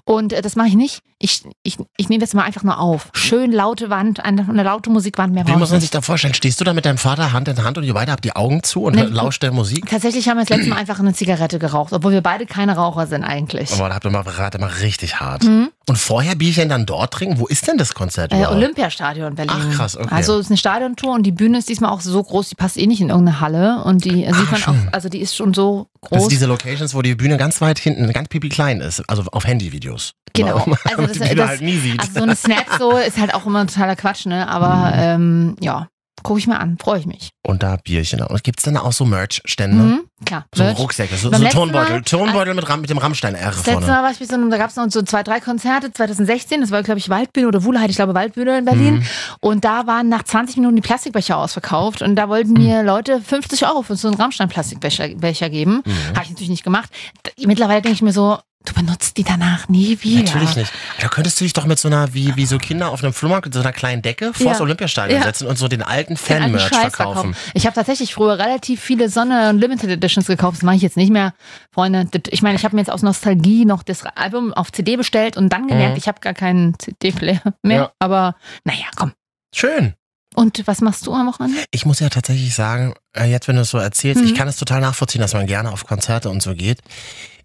Speaker 2: Und äh, das mache ich nicht. Ich, ich, ich nehme das mal einfach nur auf. Schön laute Wand, eine, eine laute Musikwand, mehr
Speaker 1: Wie
Speaker 2: brauche
Speaker 1: muss
Speaker 2: ich
Speaker 1: man
Speaker 2: nicht.
Speaker 1: sich da vorstellen? Stehst du da mit deinem Vater Hand in Hand und ihr beide habt die Augen zu und
Speaker 2: Nee.
Speaker 1: lauscht der Musik?
Speaker 2: Tatsächlich haben wir das letzte Mal einfach eine Zigarette geraucht, obwohl wir beide keine Raucher sind eigentlich.
Speaker 1: Aber da habt ihr mal, ratet mal richtig hart.
Speaker 2: Mhm.
Speaker 1: Und vorher Bierchen dann dort trinken? Wo ist denn das Konzert
Speaker 2: Äh,
Speaker 1: überhaupt?
Speaker 2: Olympiastadion Berlin.
Speaker 1: Ach, krass, okay.
Speaker 2: Also es ist eine Stadiontour und die Bühne ist diesmal auch so groß, die passt eh nicht in irgendeine Halle und die sieht man auch, also die ist schon so
Speaker 1: Ah, das sind
Speaker 2: groß.
Speaker 1: diese Locations, wo die Bühne ganz weit hinten, ganz pipi klein ist. Also auf Handyvideos.
Speaker 2: Genau.
Speaker 1: Weil man
Speaker 2: Also
Speaker 1: die
Speaker 2: das-
Speaker 1: Bühne
Speaker 2: das-
Speaker 1: halt nie sieht.
Speaker 2: Also so eine Snap so ist halt auch immer totaler Quatsch, ne? Aber
Speaker 1: Mhm.
Speaker 2: ähm, ja, gucke ich mir an, freue ich mich.
Speaker 1: und da Bierchen. Und gibt's dann auch so Merch-Stände?
Speaker 2: Mhm, klar.
Speaker 1: So
Speaker 2: Merch.
Speaker 1: Rucksäcke, so,
Speaker 2: Beim
Speaker 1: so
Speaker 2: letzten
Speaker 1: Turnbeutel.
Speaker 2: Mal-
Speaker 1: Turnbeutel mit, Ram- mit dem Rammstein-R
Speaker 2: Das letzte
Speaker 1: vorne.
Speaker 2: Mal war ich bei so einem, da gab es noch so zwei, drei Konzerte, 2016, das war, glaube ich, Waldbühne oder Wuhleheit, ich glaube Waldbühne in Berlin.
Speaker 1: Mhm.
Speaker 2: Und da waren nach 20 Minuten die Plastikbecher ausverkauft und da
Speaker 1: Mhm.
Speaker 2: wollten mir Leute 50 Euro für so einen Rammstein-Plastikbecher Becher geben. Habe ich natürlich nicht gemacht. D- Mittlerweile denke ich mir so, du benutzt die danach nie wieder.
Speaker 1: Natürlich nicht. Da könntest du dich doch mit so einer, wie, wie so Kinder auf einem Flohmarkt, mit so einer kleinen Decke vors
Speaker 2: Ja.
Speaker 1: Olympiastadion
Speaker 2: Ja.
Speaker 1: setzen und so den alten
Speaker 2: Den alten
Speaker 1: Fan-Merch
Speaker 2: Scheiß
Speaker 1: verkaufen.
Speaker 2: Ich habe tatsächlich früher relativ viele Sonne und Limited Editions gekauft. Das mache ich jetzt nicht mehr, Freunde. Das- Ich meine, ich habe mir jetzt aus Nostalgie noch das Album auf CD bestellt und dann gemerkt,
Speaker 1: Mhm.
Speaker 2: ich habe gar keinen CD-Player mehr.
Speaker 1: Ja.
Speaker 2: Aber naja, komm.
Speaker 1: Schön.
Speaker 2: Und was machst du am Wochenende?
Speaker 1: Ich muss ja tatsächlich sagen, äh, jetzt wenn du es so erzählst,
Speaker 2: Mhm.
Speaker 1: ich kann es total nachvollziehen, dass man gerne auf Konzerte und so geht.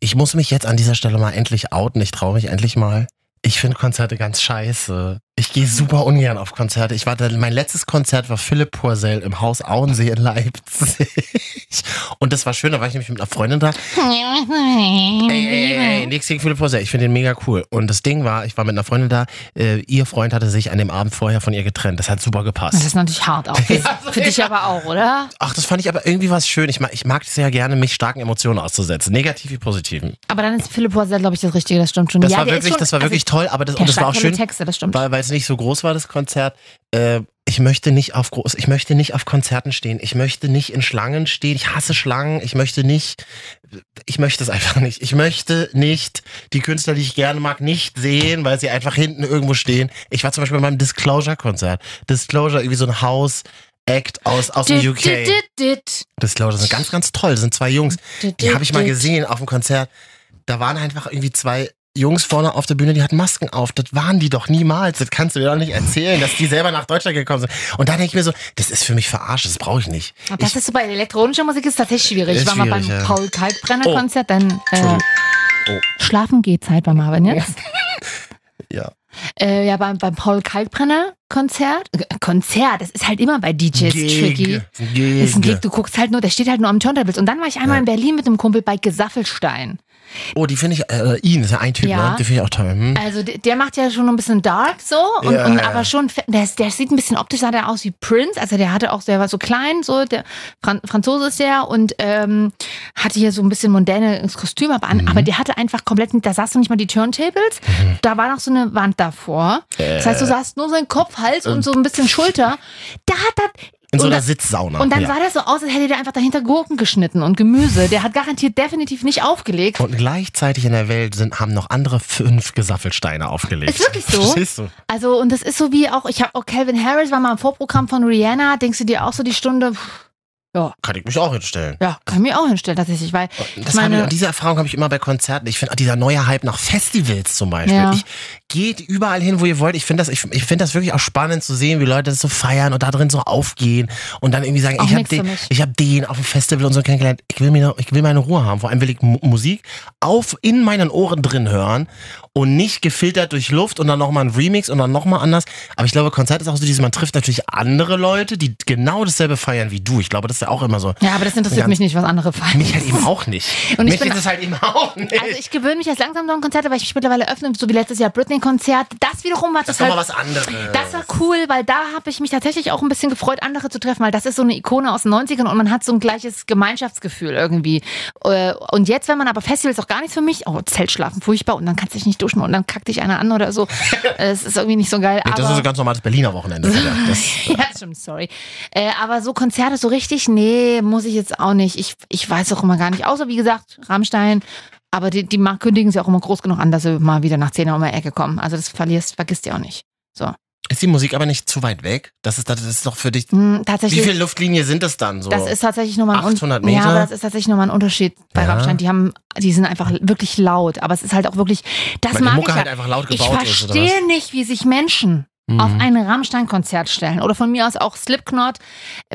Speaker 1: Ich muss mich jetzt an dieser Stelle mal endlich outen. Ich traue mich endlich mal. Ich finde Konzerte ganz scheiße. Ich gehe super ungern auf Konzerte. Ich war da, mein letztes Konzert war Philipp Pursell im Haus Auensee in Leipzig. Und das war schön, da war ich nämlich mit einer Freundin da. Ey, ey, ey, ey, nichts gegen Philipp Rosell. Ich finde den mega cool. Und das Ding war, ich war mit einer Freundin da. Äh, ihr Freund hatte sich an dem Abend vorher von ihr getrennt. Das hat super
Speaker 2: Das
Speaker 1: gepasst.
Speaker 2: ist natürlich hart auch. Für, für dich aber auch, oder?
Speaker 1: Ach, das fand ich aber irgendwie was schön. Ich mag, ich mag es ja gerne, mich starken Emotionen auszusetzen. Negativ wie positiven.
Speaker 2: Aber dann ist Philipp Poisel, glaube ich, das Richtige, das stimmt schon.
Speaker 1: Das
Speaker 2: ja,
Speaker 1: war
Speaker 2: der ist
Speaker 1: wirklich,
Speaker 2: schon,
Speaker 1: das war wirklich toll. Aber das,
Speaker 2: also,
Speaker 1: und das war auch schön,
Speaker 2: Texte, das stimmt.
Speaker 1: weil weil es nicht so groß war, das Konzert. Äh, ich möchte nicht auf groß, ich möchte nicht auf Konzerten stehen. Ich möchte nicht in Schlangen stehen. Ich hasse Schlangen. Ich möchte nicht, ich möchte es einfach nicht. Ich möchte nicht die Künstler, die ich gerne mag, nicht sehen, weil sie einfach hinten irgendwo stehen. Ich war zum Beispiel bei meinem Disclosure-Konzert. Disclosure, irgendwie so ein House-Act aus, aus dem
Speaker 2: Dit,
Speaker 1: UK.
Speaker 2: dit, dit, dit.
Speaker 1: Disclosure sind ganz, ganz toll. Das sind zwei Jungs.
Speaker 2: Dit,
Speaker 1: Die habe ich mal
Speaker 2: dit.
Speaker 1: gesehen auf dem Konzert. Da waren einfach irgendwie zwei Jungs vorne auf der Bühne, die hatten Masken auf. Das waren die doch niemals. Das kannst du mir doch nicht erzählen, dass die selber nach Deutschland gekommen sind. Und da denke ich mir so, das ist für mich verarscht, das brauche ich nicht.
Speaker 2: Und Das
Speaker 1: Ich- Äh,
Speaker 2: ist so bei elektronischer Musik ist tatsächlich schwierig.
Speaker 1: Ist
Speaker 2: ich war mal beim
Speaker 1: schwierig, ja. Oh.
Speaker 2: Paul Kalkbrenner Konzert, dann äh,
Speaker 1: Entschuldigung. Oh.
Speaker 2: Schlafen geht Zeit bei Marvin jetzt.
Speaker 1: Ja.
Speaker 2: Äh, ja, beim, beim Paul Kalkbrenner Konzert. äh, Konzert, das ist halt immer bei DJs tricky.
Speaker 1: Gege.
Speaker 2: Ist ein Gig, du guckst halt nur, der steht halt nur am Turntables. Und dann war ich einmal
Speaker 1: Ja.
Speaker 2: in Berlin mit einem Kumpel bei Gesaffelstein.
Speaker 1: Oh, die finde ich, äh, ihn, ist ja ein Typ,
Speaker 2: Ja.
Speaker 1: ne? Die finde ich auch toll. Hm.
Speaker 2: Also der, der macht ja schon ein bisschen dark so, und,
Speaker 1: Ja,
Speaker 2: und,
Speaker 1: ja.
Speaker 2: aber schon, fe- der, ist- der sieht ein bisschen optisch sah der aus wie Prince, also der hatte auch, der war so klein, so der Fran Franzose ist der und ähm, hatte hier so ein bisschen mondänes Kostüm ab an,
Speaker 1: Mhm.
Speaker 2: aber der hatte einfach komplett, da saß noch nicht mal die Turntables, da war noch so eine Wand davor, das
Speaker 1: Äh.
Speaker 2: heißt du saßt nur seinen Kopf, Hals und so ein bisschen Schulter, da hat das
Speaker 1: In so
Speaker 2: und
Speaker 1: einer
Speaker 2: das-
Speaker 1: Sitzsauna.
Speaker 2: und dann
Speaker 1: ja.
Speaker 2: sah das so aus, als hätte der einfach dahinter Gurken geschnitten und Gemüse. Der hat garantiert definitiv nicht aufgelegt.
Speaker 1: und gleichzeitig in der Welt sind, haben noch andere fünf Gesaffelsteine aufgelegt.
Speaker 2: Ist wirklich so?
Speaker 1: Verstehst du?
Speaker 2: Also, und das ist so wie auch, ich habe auch Calvin Harris war mal im Vorprogramm von Rihanna. Denkst du dir auch so die Stunde, pff,
Speaker 1: Kann ich mich auch hinstellen.
Speaker 2: ja, kann ich mir auch hinstellen tatsächlich, weil
Speaker 1: Das
Speaker 2: Meine-
Speaker 1: haben, diese Erfahrung habe ich immer bei Konzerten. Ich finde dieser neue Hype nach Festivals zum Beispiel.
Speaker 2: Ja.
Speaker 1: Ich, geht überall hin, wo ihr wollt. Ich finde das, ich, ich finde das wirklich auch spannend zu sehen, wie Leute das so feiern und da drin so aufgehen und dann irgendwie sagen,
Speaker 2: Auch
Speaker 1: ich habe
Speaker 2: nix für
Speaker 1: den,
Speaker 2: mich.
Speaker 1: ich hab den auf dem Festival und so kennengelernt. Ich will, mir, noch- ich will meine Ruhe haben. Vor allem will ich Mu- Musik auf in meinen Ohren drin hören und nicht gefiltert durch Luft und dann nochmal ein Remix und dann nochmal anders. Aber ich glaube, Konzert ist auch so dieses, man trifft natürlich andere Leute, die genau dasselbe feiern wie du. Ich glaube, das ist ja auch immer so.
Speaker 2: Ja, aber das interessiert
Speaker 1: Ja.
Speaker 2: mich nicht, was andere feiern.
Speaker 1: Mich halt eben auch nicht.
Speaker 2: Und ich
Speaker 1: mich
Speaker 2: bin-
Speaker 1: ist es halt eben auch nicht.
Speaker 2: Also ich gewöhne mich jetzt langsam so an Konzerte, weil ich mich mittlerweile öffne, so wie letztes Jahr Britney-Konzert. Das wiederum halt war
Speaker 1: das ist doch
Speaker 2: total...
Speaker 1: mal was anderes.
Speaker 2: Das war cool, weil da habe ich mich tatsächlich auch ein bisschen gefreut, andere zu treffen, weil das ist so eine Ikone aus den 90ern und man hat so ein gleiches Gemeinschaftsgefühl irgendwie. Äh, Und jetzt, wenn man aber Festivals auch gar nichts für mich, oh, Zelt schlafen, furchtbar, und dann kannst du dich nicht duschen und dann kackt dich einer an oder so. Äh, Es ist irgendwie nicht so geil.
Speaker 1: Nee,
Speaker 2: aber
Speaker 1: das ist ein ganz normales Berliner Wochenende. wieder. Das,
Speaker 2: ja, stimmt, sorry. Äh, aber so Konzerte so richtig, nee, muss ich jetzt auch nicht. Ich, ich weiß auch immer gar nicht. Außer, wie gesagt, Rammstein. Aber die, die ma- kündigen sie auch immer groß genug an, dass sie mal wieder nach 10 Uhr um die Ecke kommen. Also das verlierst, vergisst ihr auch nicht.
Speaker 1: ist die Musik aber nicht zu weit weg? Das ist, das ist doch für dich.
Speaker 2: Hm,
Speaker 1: Wie
Speaker 2: tatsächlich.
Speaker 1: viel Luftlinie sind das dann so?
Speaker 2: Das ist tatsächlich nochmal ein Un-
Speaker 1: 800 Meter?
Speaker 2: Ja, aber das ist tatsächlich nochmal ein Unterschied bei
Speaker 1: Ja.
Speaker 2: Rammstein. Die haben, die sind einfach wirklich laut. Aber es ist halt auch wirklich, das
Speaker 1: Weil die
Speaker 2: mag ich
Speaker 1: Mucke
Speaker 2: ja.
Speaker 1: halt einfach laut
Speaker 2: ich
Speaker 1: gebaut ist, oder was?
Speaker 2: verstehe nicht, wie sich Menschen
Speaker 1: Mhm.
Speaker 2: auf ein Rammstein-Konzert stellen oder von mir aus auch Slipknot,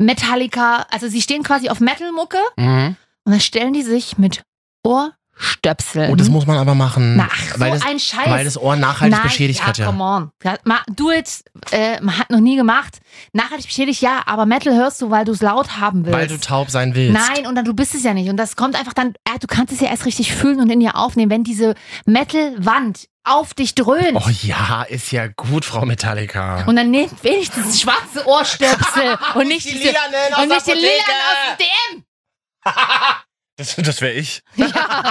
Speaker 2: Metallica. Also sie stehen quasi auf Metal-Mucke
Speaker 1: Mhm.
Speaker 2: und dann stellen die sich mit Ohrstöpseln.
Speaker 1: Oh, das muss man aber machen.
Speaker 2: Na, ach, so
Speaker 1: weil, das,
Speaker 2: ein Scheiß.
Speaker 1: weil das Ohr nachhaltig
Speaker 2: Nein,
Speaker 1: beschädigt
Speaker 2: ja,
Speaker 1: hat, ja.
Speaker 2: Come on. Ja, ma- Do it. Äh, man hat noch nie gemacht. Nachhaltig beschädigt, ja, aber Metal hörst du, weil du es laut haben willst.
Speaker 1: Weil du taub sein willst.
Speaker 2: Nein, und dann du bist es ja nicht. Und das kommt einfach dann, äh, du kannst es ja erst richtig fühlen und in dir aufnehmen, wenn diese Metal-Wand auf dich dröhnt.
Speaker 1: Oh ja, ist ja gut, Frau Metallica.
Speaker 2: Und dann nehmt wenigstens schwarze Ohrstöpsel und nicht
Speaker 1: Die
Speaker 2: diese,
Speaker 1: lilanen aus
Speaker 2: und nicht die
Speaker 1: der Apotheke.
Speaker 2: lilanen aus dem DM.
Speaker 1: das das wäre ich.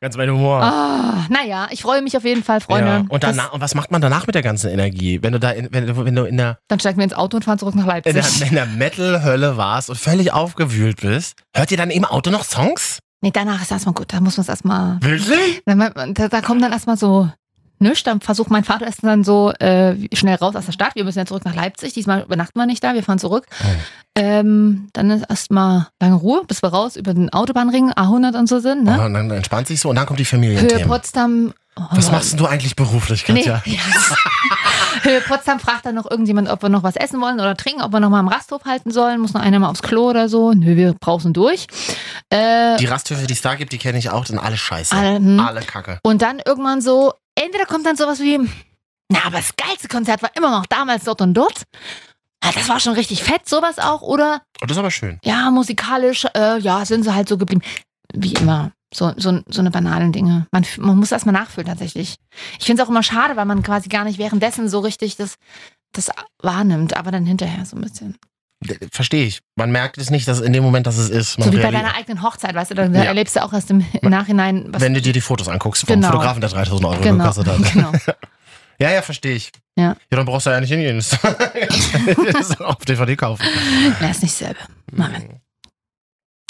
Speaker 1: Ganz mein Humor.
Speaker 2: Ah, naja, ich freue mich auf jeden Fall, Freunde.
Speaker 1: Ja. Und,
Speaker 2: Das-
Speaker 1: danach, und was macht man danach mit der ganzen Energie? Wenn du da in, wenn, du- wenn du in der,
Speaker 2: dann steigen wir ins Auto und fahren zurück nach
Speaker 1: in der,
Speaker 2: Leipzig.
Speaker 1: in der Metal-Hölle warst und völlig aufgewühlt bist, hört ihr dann im Auto noch Songs? Oh,
Speaker 2: Nee, danach ist erstmal gut. Da muss man es erstmal.
Speaker 1: Wirklich?
Speaker 2: Da, da kommt dann erstmal so. Nüscht, dann versucht mein Vater es dann so äh, schnell raus aus der Stadt. Wir müssen ja zurück nach Leipzig. Diesmal übernachten wir nicht da, wir fahren zurück.
Speaker 1: Ah,
Speaker 2: Ähm, dann ist erstmal lange Ruhe, bis wir raus über den Autobahnring A100 und so sind. Ne?
Speaker 1: Und dann entspannt sich so und dann kommt die
Speaker 2: Höhe
Speaker 1: Familienthemen.
Speaker 2: Potsdam.
Speaker 1: Was machst denn du eigentlich beruflich,
Speaker 2: Nee.
Speaker 1: Katja?
Speaker 2: Höhe Potsdam fragt dann noch irgendjemand, ob wir noch was essen wollen oder trinken, ob wir noch mal am Rasthof halten sollen. Muss noch einer mal aufs Klo oder so. Nö, wir brausen durch. Äh,
Speaker 1: Die Rasthöfe, die es da gibt, die kenne ich auch, sind alle scheiße.
Speaker 2: alle, hm.
Speaker 1: alle Kacke.
Speaker 2: Und dann irgendwann so, entweder kommt dann sowas wie, na, aber das geilste Konzert war immer noch damals dort und dort. Ja, das war schon richtig fett, sowas auch. Oder,
Speaker 1: Und Oh, das ist aber schön.
Speaker 2: ja, musikalisch, äh, ja, sind sie halt so geblieben. Wie immer. So, so, so eine banalen Dinge. Man, f- man muss erstmal nachfüllen tatsächlich. Ich finde es auch immer schade, weil man quasi gar nicht währenddessen so richtig das, das wahrnimmt, aber dann hinterher so ein bisschen.
Speaker 1: Verstehe ich. Man merkt es nicht, dass in dem Moment, dass es ist. Man
Speaker 2: so wie bei
Speaker 1: reali-
Speaker 2: deiner eigenen Hochzeit, weißt du, dann
Speaker 1: Ja.
Speaker 2: erlebst du auch erst im Nachhinein, was
Speaker 1: wenn du dir die Fotos anguckst vom
Speaker 2: Genau.
Speaker 1: Fotografen, der 3000 Euro
Speaker 2: genau,
Speaker 1: gekostet hat.
Speaker 2: genau.
Speaker 1: Ja, ja, verstehe ich.
Speaker 2: Ja.
Speaker 1: ja, dann brauchst du ja nicht hingehen. Das ist auf DVD kaufen.
Speaker 2: Na, ist nicht selber. Moment.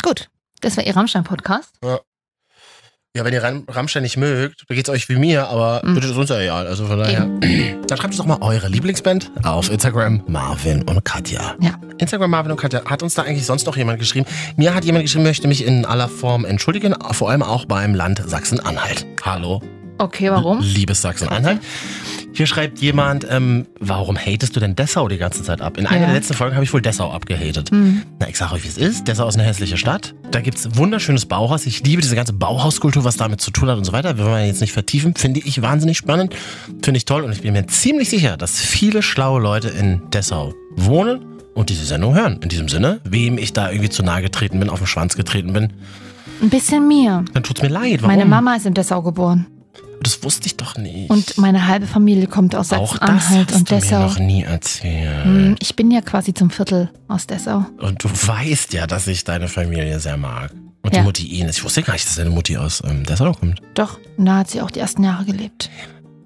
Speaker 2: Gut, das war Ihr Rammstein-Podcast.
Speaker 1: Ja, wenn ihr Ram- Rammstein nicht mögt, dann geht's euch wie mir, aber
Speaker 2: Mhm.
Speaker 1: das ist uns ja egal. Also von daher. Dann schreibt uns doch mal eure Lieblingsband auf Instagram Marvin und Katja.
Speaker 2: Ja.
Speaker 1: Instagram Marvin und Katja. Hat uns da eigentlich sonst noch jemand geschrieben? Mir hat jemand geschrieben, möchte mich in aller Form entschuldigen, vor allem auch beim Land Sachsen-Anhalt. Hallo,
Speaker 2: Okay, warum?
Speaker 1: liebes Sachsen-Anhalt. Hier schreibt jemand, ähm, warum hatest du denn Dessau die ganze Zeit ab? In einer
Speaker 2: Ja.
Speaker 1: der letzten Folgen habe ich wohl Dessau abgehatet.
Speaker 2: Hm.
Speaker 1: Na, ich sag euch, wie es ist. Dessau ist eine hässliche Stadt. Da gibt's wunderschönes Bauhaus. Ich liebe diese ganze Bauhauskultur, was damit zu tun hat und so weiter. Wir wollen wir jetzt nicht vertiefen. Finde ich wahnsinnig spannend. Finde ich toll. Und ich bin mir ziemlich sicher, dass viele schlaue Leute in Dessau wohnen und diese Sendung hören. In diesem Sinne, wem ich da irgendwie zu nahe getreten bin, auf den Schwanz getreten bin,
Speaker 2: Ein bisschen mir.
Speaker 1: dann tut's mir leid. Warum?
Speaker 2: Meine Mama ist in Dessau geboren
Speaker 1: Das wusste ich doch nicht.
Speaker 2: und meine halbe Familie kommt aus
Speaker 1: auch das
Speaker 2: Sachsen-Anhalt
Speaker 1: hast
Speaker 2: und
Speaker 1: du mir
Speaker 2: Dessau.
Speaker 1: noch nie erzählt.
Speaker 2: Hm, Ich bin ja quasi zum Viertel aus Dessau.
Speaker 1: Und du weißt ja, dass ich deine Familie sehr mag. Und
Speaker 2: Ja.
Speaker 1: die Mutti Ines. Ich wusste gar nicht, dass deine Mutti aus ähm, Dessau kommt.
Speaker 2: Doch, und da hat sie auch die ersten Jahre gelebt.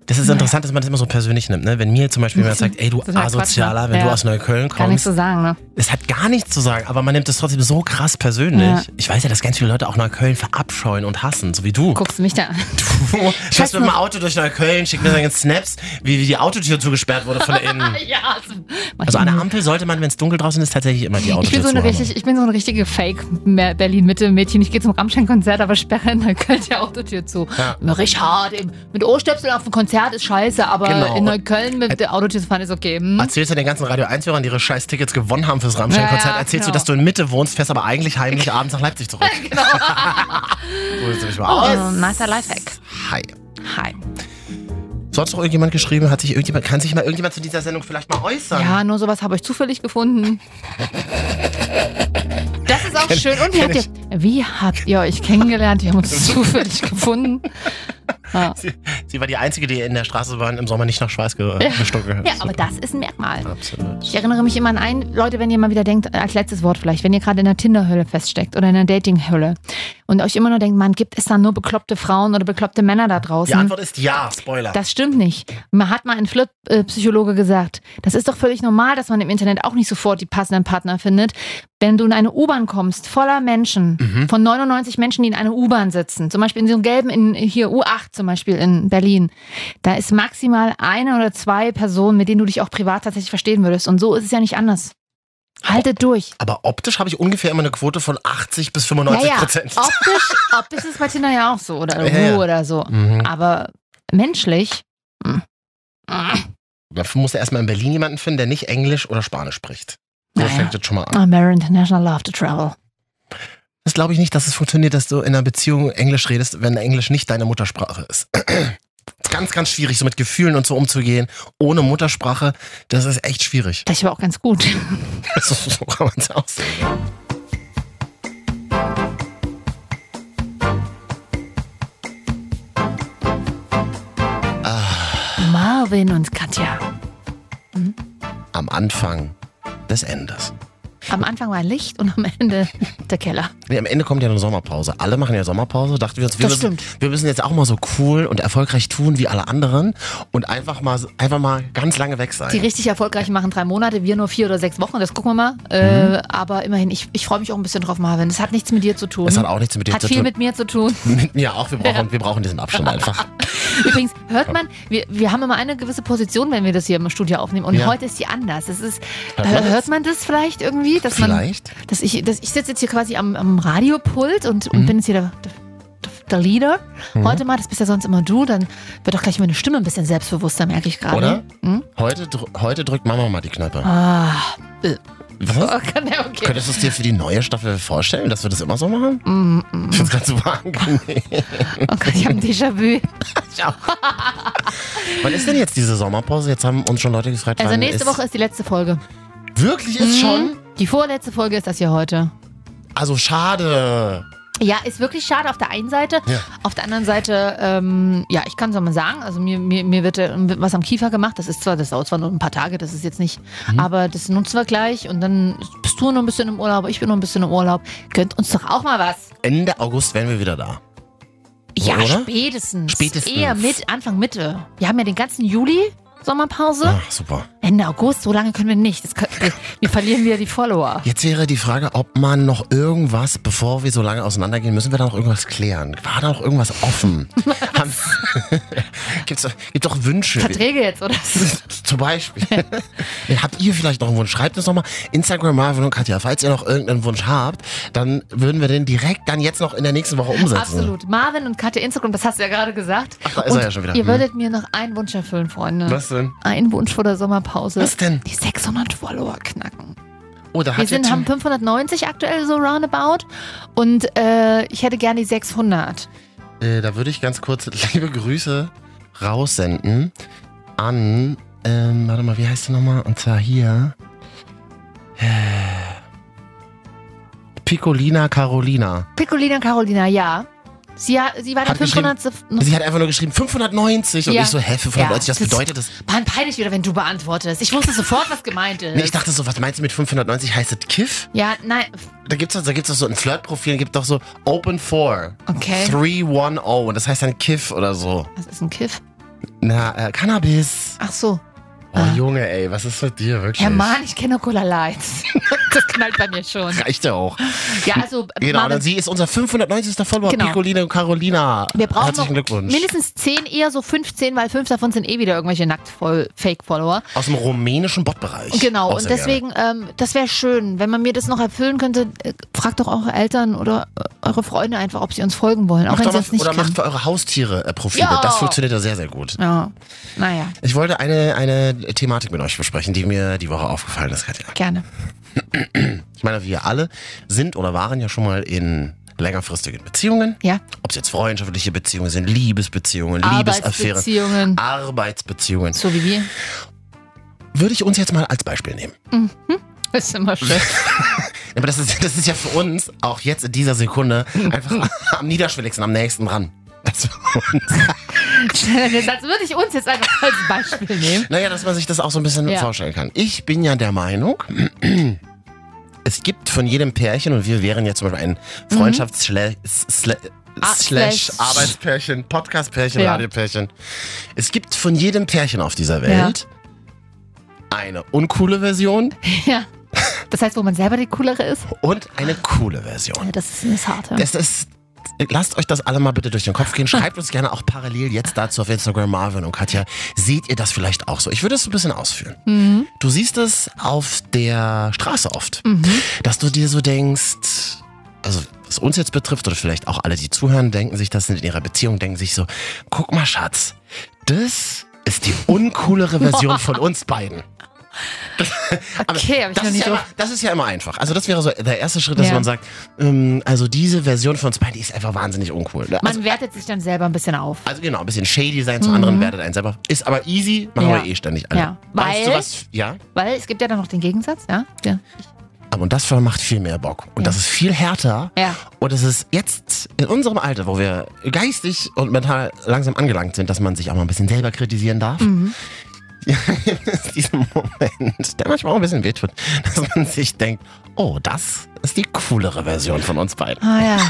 Speaker 1: Das ist interessant, dass man das immer so persönlich nimmt. Ne? Wenn mir jetzt zum Beispiel jemand sagt, ey du
Speaker 2: Das ist ja Quatsch, ne?
Speaker 1: Asozialer, wenn du
Speaker 2: Ja.
Speaker 1: aus Neukölln
Speaker 2: Kann
Speaker 1: kommst,
Speaker 2: nichts so sagen, ne?
Speaker 1: es hat gar nichts zu sagen, aber man nimmt es trotzdem so krass persönlich.
Speaker 2: Ja.
Speaker 1: Ich weiß ja, dass ganz viele Leute auch Neukölln verabscheuen und hassen, so wie du.
Speaker 2: Guckst du mich da an?
Speaker 1: Oh. Du fährst
Speaker 2: oh, Scheiß
Speaker 1: mit dem Auto durch Neukölln, schickst mir dann jetzt Snaps, wie, wie die Autotür zugesperrt wurde von innen.
Speaker 2: ja, also,
Speaker 1: Also an der Ampel sollte man, wenn es dunkel draußen ist, tatsächlich immer die
Speaker 2: ich
Speaker 1: Autotür
Speaker 2: bin, so eine
Speaker 1: zuhaben.
Speaker 2: richtig, ich bin so eine richtige Fake-Berlin-Mitte-Mädchen. Ich gehe zum Rammstein-Konzert, aber sperre in Neukölln die Autotür zu.
Speaker 1: Ja.
Speaker 2: Richard, im- mit Ohrstöpsel auf dem Konzert ist scheiße, aber
Speaker 1: Genau.
Speaker 2: in Neukölln mit der Autotür zu fahren ist okay. Hm?
Speaker 1: Erzählst du den ganzen Radio 1-Hörern, die ihre scheiß Tickets gewonnen haben fürs Rammstein-Konzert,
Speaker 2: Ja, ja,
Speaker 1: erzählst du,
Speaker 2: genau.
Speaker 1: dass du in Mitte wohnst, fährst aber eigentlich heimlich abends nach Leipzig zurück. genau. Holst du mich mal
Speaker 2: Oh,
Speaker 1: aus.
Speaker 2: nicer Lifehack.
Speaker 1: Hi.
Speaker 2: Hi.
Speaker 1: sonst noch irgendjemand geschrieben? Hat sich irgendjemand, kann sich mal irgendjemand zu dieser Sendung vielleicht mal äußern?
Speaker 2: Ja, nur sowas habe ich zufällig gefunden. Das ist auch schön. Und wie habt, ihr, wie habt ihr euch kennengelernt? Wir haben uns zufällig gefunden. Ja.
Speaker 1: Sie, sie war die Einzige, die in der Straßenbahn im Sommer nicht nach Schweiß ge
Speaker 2: Ja.
Speaker 1: gestunken hat.
Speaker 2: ja, aber das ist ein Merkmal. Ich
Speaker 1: Absolut.
Speaker 2: erinnere mich immer an einen, Leute, wenn ihr mal wieder denkt, als letztes Wort vielleicht, wenn ihr gerade in der Tinder-Hölle feststeckt oder in der Dating-Hölle und euch immer nur denkt, man gibt es dann nur bekloppte Frauen oder bekloppte Männer da
Speaker 1: Die
Speaker 2: draußen.
Speaker 1: Antwort ist ja, Spoiler.
Speaker 2: Das stimmt nicht. Man hat mal ein Flirt-Psychologe gesagt, das ist doch völlig normal, dass man im Internet auch nicht sofort die passenden Partner findet. Wenn du in eine U-Bahn kommst, voller Menschen,
Speaker 1: Mhm.
Speaker 2: von 99 Menschen, die in einer U-Bahn sitzen, zum Beispiel in so einem gelben, in, hier U8 zum Beispiel in Berlin, da ist maximal eine oder zwei Personen, mit denen du dich auch privat tatsächlich verstehen würdest. Und so ist es ja nicht anders. Haltet durch.
Speaker 1: aber optisch habe ich ungefähr immer eine Quote von 80 bis 95
Speaker 2: ja, Oh. ja.
Speaker 1: Prozent.
Speaker 2: Optisch, optisch ist es bei Tinder ja auch so oder
Speaker 1: Ja, ja.
Speaker 2: Ruhe oder so.
Speaker 1: Mhm.
Speaker 2: Aber menschlich. hm. Ah.
Speaker 1: Dafür musst du erstmal in Berlin jemanden finden, der nicht Englisch oder Spanisch spricht. So
Speaker 2: Naja.
Speaker 1: fängt das schon mal an.
Speaker 2: I'm very international, love to travel.
Speaker 1: Das glaube ich nicht, dass es funktioniert, dass du in einer Beziehung Englisch redest, wenn Englisch nicht deine Muttersprache ist. ganz, ganz schwierig, so mit Gefühlen und so umzugehen. Ohne Muttersprache, das ist echt schwierig.
Speaker 2: Das war auch ganz gut.
Speaker 1: so so kann man es aussehen.
Speaker 2: Marvin und Katja.
Speaker 1: Am Anfang des Endes.
Speaker 2: Am Anfang war Licht und am Ende der Keller.
Speaker 1: Nee, am Ende kommt ja eine Sommerpause. Alle machen ja Sommerpause. Dachten wir uns, wir
Speaker 2: Das
Speaker 1: müssen, wir müssen jetzt auch mal so cool und erfolgreich tun wie alle anderen und einfach mal, einfach mal ganz lange weg sein.
Speaker 2: Die richtig erfolgreichen machen drei Monate, wir nur vier oder sechs Wochen, das gucken wir mal. Äh, aber immerhin, ich, ich freue mich auch ein bisschen drauf, Marvin. Es hat nichts mit dir zu tun.
Speaker 1: Es hat auch nichts mit dir
Speaker 2: Hat
Speaker 1: zu
Speaker 2: viel
Speaker 1: tun.
Speaker 2: mit mir zu tun.
Speaker 1: Mit mir auch. Wir brauchen, wir brauchen diesen Abstand einfach.
Speaker 2: Übrigens, hört man, wir, wir haben immer eine gewisse Position, wenn wir das hier im Studio aufnehmen. Und
Speaker 1: Ja.
Speaker 2: heute ist die anders. Es ist,
Speaker 1: Hört
Speaker 2: hört,
Speaker 1: man
Speaker 2: man,
Speaker 1: das?
Speaker 2: hört man das vielleicht irgendwie? Dass
Speaker 1: Vielleicht.
Speaker 2: Man, dass ich dass ich sitze jetzt hier quasi am, am Radiopult und,
Speaker 1: Mhm.
Speaker 2: und bin jetzt hier der, der, der Leader. Heute mal, das bist ja sonst immer du. Dann wird doch gleich meine Stimme ein bisschen selbstbewusster, merke ich gerade.
Speaker 1: Oder?
Speaker 2: Hm?
Speaker 1: Heute, dr- heute drückt Mama mal die Knöpfe.
Speaker 2: Ah,
Speaker 1: Was?
Speaker 2: okay. na, okay.
Speaker 1: Könntest du es dir für die neue Staffel vorstellen, dass wir das immer so machen?
Speaker 2: Mm, mm.
Speaker 1: Ich finde es gerade super angenehm.
Speaker 2: Oh Gott, ich habe ein Déjà-vu.
Speaker 1: Wann ist denn jetzt diese Sommerpause? Jetzt haben uns schon Leute gefragt,
Speaker 2: Also
Speaker 1: wann
Speaker 2: nächste
Speaker 1: ist Mhm.
Speaker 2: Woche Mhm. ist die letzte Folge.
Speaker 1: Wirklich ist schon?
Speaker 2: Die vorletzte Folge ist das hier heute.
Speaker 1: Also schade.
Speaker 2: Ja, ist wirklich schade auf der einen Seite.
Speaker 1: Ja.
Speaker 2: Auf der anderen Seite, ähm, ja, ich kann es auch mal sagen, also mir, mir, mir wird äh, was am Kiefer gemacht. Das ist zwar, das dauert zwar nur ein paar Tage, das ist jetzt nicht,
Speaker 1: Mhm.
Speaker 2: aber das nutzen wir gleich und dann bist du noch ein bisschen im Urlaub, ich bin noch ein bisschen im Urlaub. Gönnt uns doch auch mal was.
Speaker 1: Ende August wären wir wieder da.
Speaker 2: Ja,
Speaker 1: Oder?
Speaker 2: spätestens.
Speaker 1: Spätestens.
Speaker 2: Eher mit, Anfang, Mitte. Wir haben ja den ganzen Juli. Sommerpause,
Speaker 1: Ach, Ah, super.
Speaker 2: Ende August, so lange können wir nicht. Das kann, wir, wir verlieren wieder die Follower.
Speaker 1: Jetzt wäre die Frage, ob man noch irgendwas, bevor wir so lange auseinandergehen, müssen wir da noch irgendwas klären? War da noch irgendwas offen? Haben- Gibt's, gibt doch Wünsche.
Speaker 2: Verträge jetzt, oder?
Speaker 1: Zum Beispiel. habt ihr vielleicht noch einen Wunsch? Schreibt uns nochmal Instagram Marvin und Katja. Falls ihr noch irgendeinen Wunsch habt, dann würden wir den direkt dann jetzt noch in der nächsten Woche umsetzen.
Speaker 2: Absolut. Marvin und Katja Instagram, das hast du ja gerade gesagt.
Speaker 1: Ach, da ist
Speaker 2: und
Speaker 1: er ja schon wieder.
Speaker 2: Ihr
Speaker 1: Hm.
Speaker 2: würdet mir noch einen Wunsch erfüllen, Freunde.
Speaker 1: Was denn?
Speaker 2: Ein Wunsch vor der Sommerpause.
Speaker 1: Was denn?
Speaker 2: Die 600 Follower knacken.
Speaker 1: Oh, da
Speaker 2: Wir
Speaker 1: hat
Speaker 2: sind,
Speaker 1: jetzt
Speaker 2: haben 590 aktuell so roundabout und äh, ich hätte gerne die 600.
Speaker 1: äh, da würde ich ganz kurz liebe Grüße raussenden an, ähm, warte mal, wie heißt sie nochmal? Und zwar hier. Äh, Piccolina Carolina.
Speaker 2: Piccolina Carolina, ja. Sie, ha- sie war der
Speaker 1: Hat geschrieben-
Speaker 2: 500.
Speaker 1: Sie hat einfach nur geschrieben 590 und
Speaker 2: Ja.
Speaker 1: ich so, hä, 590,
Speaker 2: Ja,
Speaker 1: das
Speaker 2: das-
Speaker 1: bedeutet das?
Speaker 2: Mann, peinlich wieder, wenn du beantwortest. Ich wusste sofort, was gemeint ist.
Speaker 1: Nee, ich dachte so, was meinst du mit 590? Heißt das Kiff?
Speaker 2: ja, nein,
Speaker 1: Da gibt's doch, da gibt's doch so ein Flirtprofil, gibt doch so Open 4.
Speaker 2: Okay.
Speaker 1: 310. Und oh. das heißt dann Kiff oder so.
Speaker 2: was ist ein Kiff?
Speaker 1: Na, äh, Cannabis.
Speaker 2: Ach so.
Speaker 1: Oh,
Speaker 2: Ah.
Speaker 1: Junge, ey, was ist mit dir wirklich?
Speaker 2: Herr Mann, ich kenne Cola Light. Das knallt bei mir schon.
Speaker 1: Reicht ja auch.
Speaker 2: Ja, also
Speaker 1: Genau,
Speaker 2: Marvin,
Speaker 1: dann sie ist unser 590. Follower.
Speaker 2: Genau.
Speaker 1: Piccoline und Carolina.
Speaker 2: wir brauchen
Speaker 1: Herzlichen
Speaker 2: noch
Speaker 1: Glückwunsch.
Speaker 2: mindestens 10, eher so 15, weil 5 davon sind eh wieder irgendwelche Nackt-Fake-Follower.
Speaker 1: Aus dem rumänischen Botbereich.
Speaker 2: Genau,
Speaker 1: Auch
Speaker 2: und
Speaker 1: sehr gerne.
Speaker 2: deswegen, ähm, das wäre schön, wenn man mir das noch erfüllen könnte. Äh, fragt doch eure Eltern oder äh, eure Freunde einfach, ob sie uns folgen wollen, auch
Speaker 1: Macht doch
Speaker 2: wenn sie
Speaker 1: mal,
Speaker 2: es nicht
Speaker 1: oder macht
Speaker 2: können.
Speaker 1: für eure Haustiere äh, Profile.
Speaker 2: Ja.
Speaker 1: Das funktioniert ja sehr, sehr gut.
Speaker 2: Ja, naja,
Speaker 1: Ich wollte eine, eine Thematik mit euch besprechen, die mir die Woche aufgefallen ist, Katja.
Speaker 2: gerne.
Speaker 1: Ich meine, wir alle sind oder waren ja schon mal in längerfristigen Beziehungen.
Speaker 2: Ja.
Speaker 1: Ob es jetzt freundschaftliche Beziehungen sind, Liebesbeziehungen, Liebesaffären,
Speaker 2: Arbeitsbeziehungen,
Speaker 1: Arbeitsbeziehungen.
Speaker 2: so wie wir.
Speaker 1: Würde ich uns jetzt mal als Beispiel nehmen.
Speaker 2: Das ist immer schön.
Speaker 1: Aber das ist, das ist ja für uns auch jetzt in dieser Sekunde einfach am niederschwelligsten, am nächsten dran. Dass wir uns,
Speaker 2: Das würde ich uns jetzt einfach als Beispiel nehmen.
Speaker 1: naja, dass man sich das auch so ein bisschen
Speaker 2: Ja.
Speaker 1: vorstellen kann. Ich bin ja der Meinung, es gibt von jedem Pärchen, und wir wären jetzt zum Beispiel ein Freundschafts- schle- sle-
Speaker 2: Mhm. Ah,
Speaker 1: slash
Speaker 2: slash-
Speaker 1: Arbeitspärchen, Podcastpärchen,
Speaker 2: Ja.
Speaker 1: Radiopärchen. Es gibt von jedem Pärchen auf dieser Welt eine uncoole Version
Speaker 2: Ja. Das heißt, wo man selber die coolere ist,
Speaker 1: und eine coole Version.
Speaker 2: das ist das Harte.
Speaker 1: Oh. Das ist. Lasst euch das alle mal bitte durch den Kopf gehen. Schreibt uns gerne auch parallel jetzt dazu auf Instagram Marvin und Katja. Seht ihr das vielleicht auch so? Ich würde es ein bisschen ausführen.
Speaker 2: Mhm.
Speaker 1: Du siehst es auf der Straße oft,
Speaker 2: Mhm.
Speaker 1: dass du dir so denkst, also was uns jetzt betrifft oder vielleicht auch alle, die zuhören, denken sich das in ihrer Beziehung, denken sich so, guck mal Schatz, das ist die uncoolere Version von uns beiden. Aber
Speaker 2: Okay, habe ich
Speaker 1: Das
Speaker 2: noch
Speaker 1: ist,
Speaker 2: nicht
Speaker 1: ja
Speaker 2: so.
Speaker 1: immer, das ist ja immer einfach. Also das wäre so der erste Schritt, dass
Speaker 2: Ja.
Speaker 1: man sagt, ähm, also diese Version von uns beiden die ist einfach wahnsinnig uncool. Also,
Speaker 2: Man wertet sich dann selber ein bisschen auf.
Speaker 1: also genau, ein bisschen shady sein zu anderen werdet einen selber. Ist aber easy, machen
Speaker 2: Mhm. Ja.
Speaker 1: wir eh ständig alle.
Speaker 2: Ja.
Speaker 1: Weißt du
Speaker 2: Weil-
Speaker 1: was? Ja.
Speaker 2: Weil es gibt ja dann noch den Gegensatz, ja? Ja.
Speaker 1: Aber und das macht viel mehr Bock. Und
Speaker 2: Ja.
Speaker 1: das ist viel härter.
Speaker 2: ja.
Speaker 1: Und es ist jetzt in unserem Alter, wo wir geistig und mental langsam angelangt sind, dass man sich auch mal ein bisschen selber kritisieren darf.
Speaker 2: Mhm.
Speaker 1: Ja, gibt es diesen Moment, der manchmal auch ein bisschen wehtut, dass man sich denkt, oh, das ist die coolere Version von uns beiden.
Speaker 2: Ah ja.